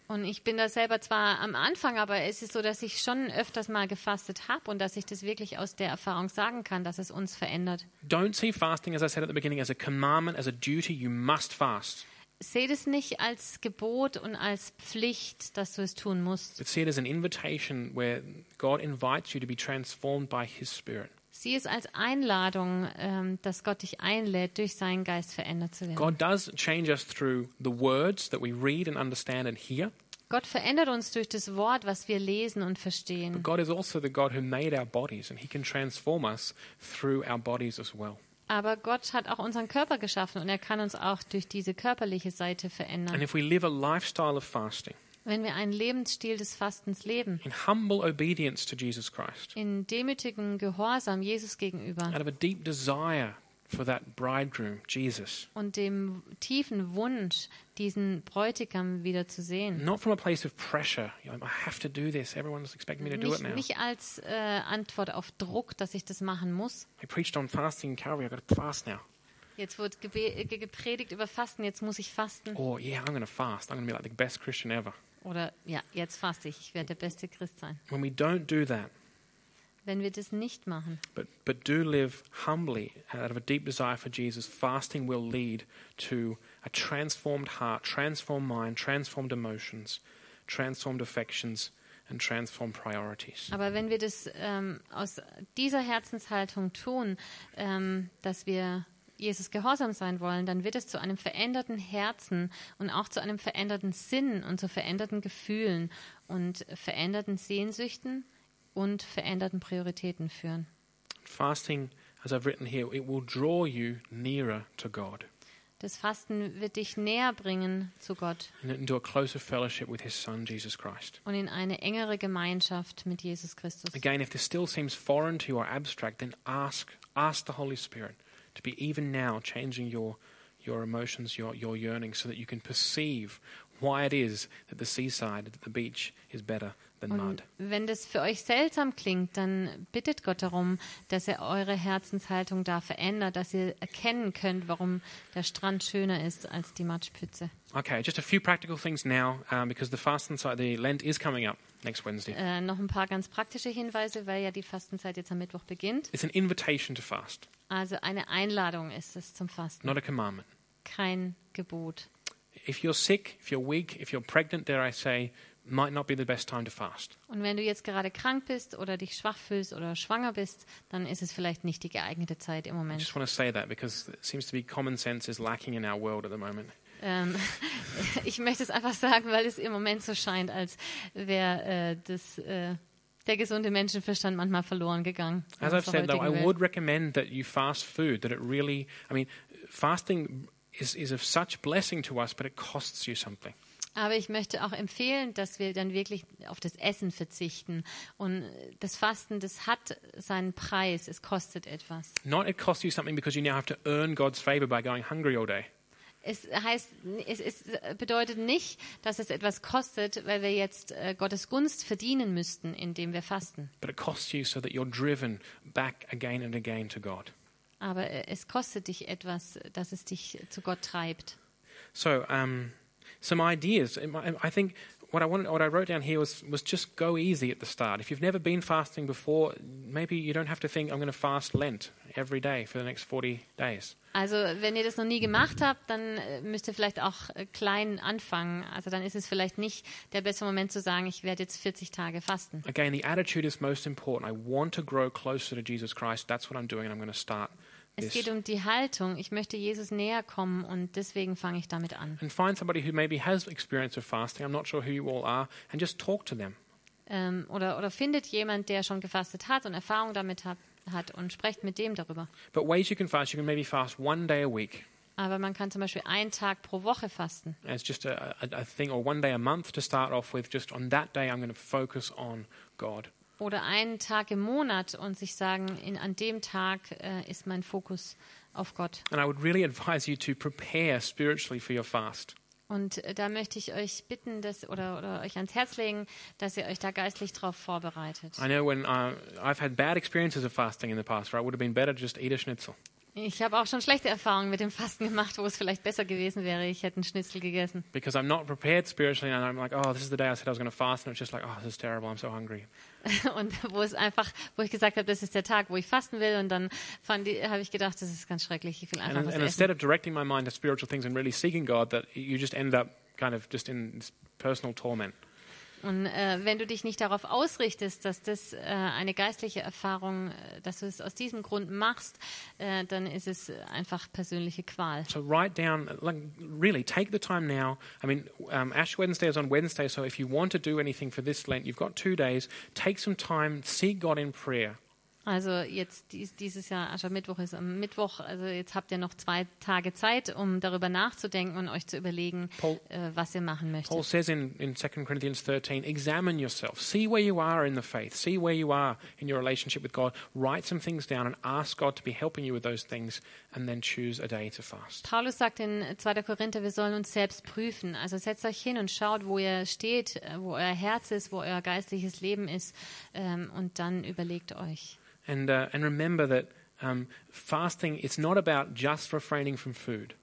Speaker 2: Und ich bin da selber zwar am Anfang, aber es ist so, dass ich schon öfters mal gefastet habe und dass ich das wirklich aus der Erfahrung sagen kann, dass es uns verändert.
Speaker 1: Don't see fasting, as I said at the beginning, as a commandment, as a duty. You must fast.
Speaker 2: Seht es nicht als Gebot und als Pflicht, dass du es tun musst.
Speaker 1: but see it as an invitation where God invites you to be transformed by His Spirit.
Speaker 2: Sieh es als Einladung, ähm, dass Gott dich einlädt, durch seinen Geist verändert zu werden.
Speaker 1: God does change us through the words that we read and understand and hear.
Speaker 2: Gott verändert uns durch das Wort, was wir lesen und verstehen.
Speaker 1: God is also the God who made our bodies, and He can transform us through our bodies as well.
Speaker 2: Aber Gott hat auch unseren Körper geschaffen und er kann uns auch durch diese körperliche Seite
Speaker 1: And
Speaker 2: verändern.
Speaker 1: if we live a lifestyle of fasting
Speaker 2: Wenn wir einen Lebensstil des Fastens leben,
Speaker 1: in humble obedience to Jesus Christ,
Speaker 2: in demütigem Gehorsam Jesus gegenüber
Speaker 1: out of a deep desire for that bridegroom, Jesus,
Speaker 2: und dem tiefen Wunsch, diesen Bräutigam wieder zu sehen.
Speaker 1: not from a place of pressure, you know, I have to do this, everyone's expecting me to do it
Speaker 2: Nicht,
Speaker 1: now.
Speaker 2: nicht als äh, Antwort auf Druck, dass ich das machen muss.
Speaker 1: I preached on fasting in Calvary, I've got to fast now.
Speaker 2: Jetzt wird gebe- äh, ge- gepredigt über Fasten, jetzt muss ich fasten.
Speaker 1: Or, yeah, I'm going to fast, I'm going to be like the best Christian ever.
Speaker 2: Oder ja, jetzt faste ich, ich werde der beste Christ sein.
Speaker 1: When we don't do that,
Speaker 2: Wenn wir das nicht machen,
Speaker 1: But, but do live humbly out of a deep desire for Jesus. Fasting will lead to a transformed heart, transformed mind, transformed emotions, transformed affections, and transformed priorities.
Speaker 2: Aber wenn wir das ähm, aus dieser Herzenshaltung tun, ähm, dass wir Jesus gehorsam sein wollen, dann wird es zu einem veränderten Herzen und auch zu einem veränderten Sinn und zu veränderten Gefühlen und veränderten Sehnsüchten und veränderten Prioritäten führen.
Speaker 1: Fasting, as I've written here, it will draw you nearer to God
Speaker 2: Das Fasten wird dich näher bringen zu Gott
Speaker 1: and into a closer fellowship with His Son, Jesus Christ.
Speaker 2: und in eine engere Gemeinschaft mit Jesus Christus.
Speaker 1: Again, if this still seems foreign to you or abstract, then ask, ask the Holy Spirit to be even now changing your, your emotions, your, your yearning, so that you can perceive why it is that the seaside, that the beach is better than
Speaker 2: Und
Speaker 1: mud.
Speaker 2: wenn das für euch seltsam klingt, dann bittet Gott darum, dass er eure Herzenshaltung da verändert, dass ihr erkennen könnt, warum der Strand schöner ist als die Matschpfütze.
Speaker 1: Okay, just a few practical things now, um, because the fast and si- the Lent is coming up next Wednesday.
Speaker 2: Äh, noch ein paar ganz praktische Hinweise, weil ja die Fastenzeit jetzt am Mittwoch beginnt.
Speaker 1: It's an invitation to fast,
Speaker 2: Also eine Einladung ist es zum Fasten,
Speaker 1: not a commandment.
Speaker 2: kein Gebot.
Speaker 1: If you're sick, if you're weak, if you're pregnant, dare I say, might not be the best time to fast.
Speaker 2: Und wenn du jetzt gerade krank bist oder dich schwach fühlst oder schwanger bist, dann ist es vielleicht nicht die geeignete Zeit im
Speaker 1: I
Speaker 2: Moment.
Speaker 1: just want to say that because it seems to be common sense is lacking in our world at the moment.
Speaker 2: Ähm, ich möchte es einfach sagen, weil es im Moment so scheint, als wäre äh, das, äh, der gesunde Menschenverstand manchmal verloren gegangen. in
Speaker 1: As I've
Speaker 2: unserer
Speaker 1: said, though, Also, I
Speaker 2: heutigen Welt.
Speaker 1: would recommend that you fast food, that it really, I mean, fasting is, is of such blessing to us, but it costs you something.
Speaker 2: Aber ich möchte auch empfehlen, dass wir dann wirklich auf das Essen verzichten. Und äh, das Fasten, das hat seinen Preis, es kostet etwas.
Speaker 1: Not it costs you something because you now have to earn God's favor by going hungry all day.
Speaker 2: Es heißt, es, es bedeutet nicht, dass es etwas kostet, weil wir jetzt äh, Gottes Gunst verdienen müssten, indem wir fasten.
Speaker 1: But it costs you so that you're driven back again and again to God.
Speaker 2: Aber äh, es kostet dich etwas, dass es dich zu Gott treibt.
Speaker 1: So, um, some ideas. Um, I I think what I wanted, what I wrote down here was, was just go easy at the start. If you've never been fasting before, maybe you don't have to think I'm going to fast Lent every day for the next 40 days.
Speaker 2: Also, wenn ihr das noch nie gemacht habt, dann äh, müsst ihr vielleicht auch äh, klein anfangen. Also, dann ist es vielleicht nicht der beste Moment zu sagen, ich werde jetzt 40 Tage fasten.
Speaker 1: Again, the attitude is most important. I want to grow closer to Jesus Christ. That's what I'm doing, and I'm going to start
Speaker 2: Es
Speaker 1: this.
Speaker 2: geht um die Haltung. Ich möchte Jesus näher kommen und deswegen fange ich damit an.
Speaker 1: And find somebody who maybe has experience of fasting. I'm not sure who you all are, and just talk to them.
Speaker 2: Ähm, oder, oder findet jemand, der schon gefastet hat und Erfahrung damit hat, hat und sprecht mit dem darüber.
Speaker 1: But ways you can fast: you can maybe fast one day a week
Speaker 2: Aber man kann zum Beispiel einen Tag pro Woche fasten.
Speaker 1: as just a, a, a thing, or one day a month to start off with. Just on that day, I'm going to focus on God.
Speaker 2: Oder einen Tag im Monat und sich sagen, in, an dem Tag äh, ist mein Fokus auf Gott.
Speaker 1: And I would really advise you to prepare spiritually for your fast.
Speaker 2: Und äh, da möchte ich euch bitten, dass, oder, oder euch ans Herz legen, dass ihr euch da geistlich drauf vorbereitet.
Speaker 1: I know when I, I've had bad experiences of fasting in the past, right? It would have been better to just eat a schnitzel.
Speaker 2: Ich habe auch schon schlechte Erfahrungen mit dem Fasten gemacht, wo es vielleicht besser gewesen wäre, ich hätte einen Schnitzel gegessen.
Speaker 1: because I'm not prepared spiritually, and I'm like, oh, this is the day I said I was going to fast, and it's just like, oh, this is terrible. I'm so hungry.
Speaker 2: und wo es einfach, wo ich gesagt habe, das ist der Tag, wo ich fasten will und dann fand ich, habe ich gedacht, das ist ganz schrecklich, ich will
Speaker 1: And,
Speaker 2: einfach was
Speaker 1: and
Speaker 2: essen.
Speaker 1: instead of directing my mind to spiritual things and really seeking God, that you just end up kind of just in this personal torment.
Speaker 2: Und äh, wenn du dich nicht darauf ausrichtest, dass das äh, eine geistliche Erfahrung, äh, dass du es aus diesem Grund machst, äh, dann ist es einfach persönliche Qual.
Speaker 1: So write down, like, really take the time now. I mean, um, Ash Wednesday is on Wednesday, so if you want to do anything for this Lent, you've got two days. Take some time, seek God in prayer.
Speaker 2: Also jetzt dies, dieses Jahr Aschermittwoch ist am Mittwoch, also jetzt habt ihr noch zwei Tage Zeit, um darüber nachzudenken und euch zu überlegen,
Speaker 1: Paul-
Speaker 2: äh, was ihr machen möchtet.
Speaker 1: Paul says in, in 2 Corinthians 13, examine yourself, see where you are in the faith, see where you are in your relationship with God, write some things down and ask God to be helping you with those things, and then choose a day to fast.
Speaker 2: Paulus sagt in 2. Korinther, wir sollen uns selbst prüfen. Also setzt euch hin und schaut, wo ihr steht, äh, wo euer Herz ist, wo euer geistliches Leben ist ähm, und dann überlegt euch.
Speaker 1: And, uh, and remember that um, fasting, it's not about just refraining from food.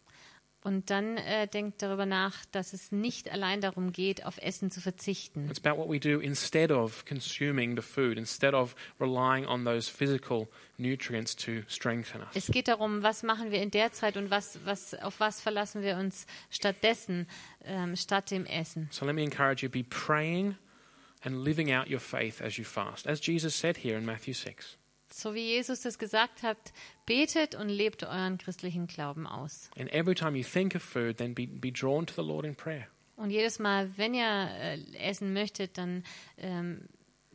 Speaker 2: Und dann äh, denkt darüber nach, dass es nicht allein darum geht, auf Essen zu verzichten,
Speaker 1: It's about what we do instead of consuming the food, instead of relying on those physical nutrients to strengthen us.
Speaker 2: Es geht darum, was machen wir in der Zeit und was, was, auf was verlassen wir uns stattdessen, ähm, statt dem Essen.
Speaker 1: So let me encourage you be praying and living out your faith as you fast, as Jesus said here in Matthew 6.
Speaker 2: So wie Jesus das gesagt hat, betet und lebt euren christlichen Glauben aus.
Speaker 1: And every time you think of food, then be, be drawn to the Lord in prayer.
Speaker 2: Und jedes Mal, wenn ihr äh, essen möchtet, dann ähm,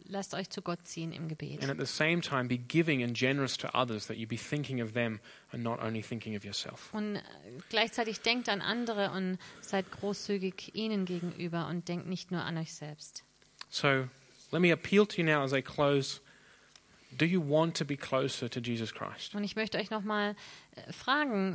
Speaker 2: lasst euch zu Gott ziehen im Gebet.
Speaker 1: And at the same time, be giving and generous to others, that you be thinking of them and not only thinking of yourself.
Speaker 2: Und äh, gleichzeitig denkt an andere und seid großzügig ihnen gegenüber und denkt nicht nur an euch selbst.
Speaker 1: So let me appeal to you now as I close. Do you want to be closer to Jesus Christ?
Speaker 2: Und ich möchte euch nochmal fragen,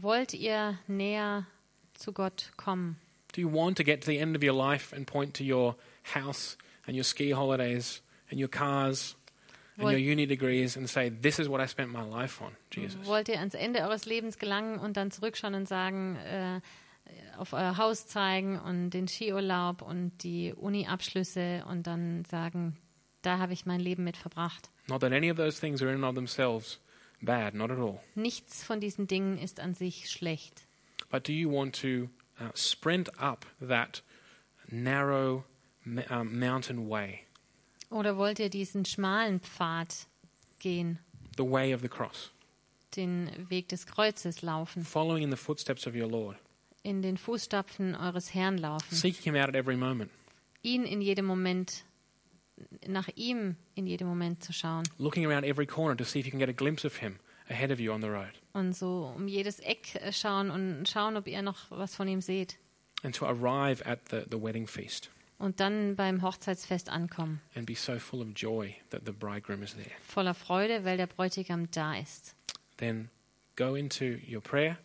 Speaker 2: wollt ihr näher zu Gott kommen?
Speaker 1: Do you want to get to the end of your life and point to your house and your ski holidays and your cars and
Speaker 2: Well-
Speaker 1: your uni degrees and say, This is what I spent my life on, Jesus?
Speaker 2: Wollt ihr ans Ende eures Lebens gelangen und dann zurückschauen und sagen, äh, auf euer Haus zeigen und den Skiurlaub und die Uni-Abschlüsse und dann sagen, da habe ich mein Leben mit verbracht.
Speaker 1: Not that any of those things are in and of themselves bad, not at all.
Speaker 2: Nichts von diesen Dingen ist an sich schlecht.
Speaker 1: But do you want to uh, sprint up that narrow m- um, mountain way,
Speaker 2: Oder wollt ihr diesen schmalen Pfad gehen,
Speaker 1: the way of the cross,
Speaker 2: den Weg des Kreuzes laufen,
Speaker 1: following in the footsteps of your Lord,
Speaker 2: in den Fußstapfen eures Herrn laufen?
Speaker 1: seeking Him out at every moment,
Speaker 2: ihn in jedem Moment, nach ihm in jedem Moment zu schauen
Speaker 1: looking around every corner to see if you can get a glimpse of Him ahead of you on the road?
Speaker 2: und so um jedes Eck äh, schauen und schauen, ob ihr noch was von ihm seht
Speaker 1: and to arrive at the, the wedding feast
Speaker 2: und dann beim Hochzeitsfest ankommen,
Speaker 1: and be so full of joy that the bridegroom is there.
Speaker 2: voller Freude, weil der Bräutigam da ist.
Speaker 1: Then go into your prayer,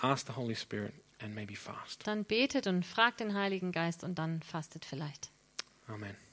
Speaker 1: ask the Holy Spirit, and maybe fast.
Speaker 2: Dann betet und fragt den Heiligen Geist und dann fastet vielleicht.
Speaker 1: Amen.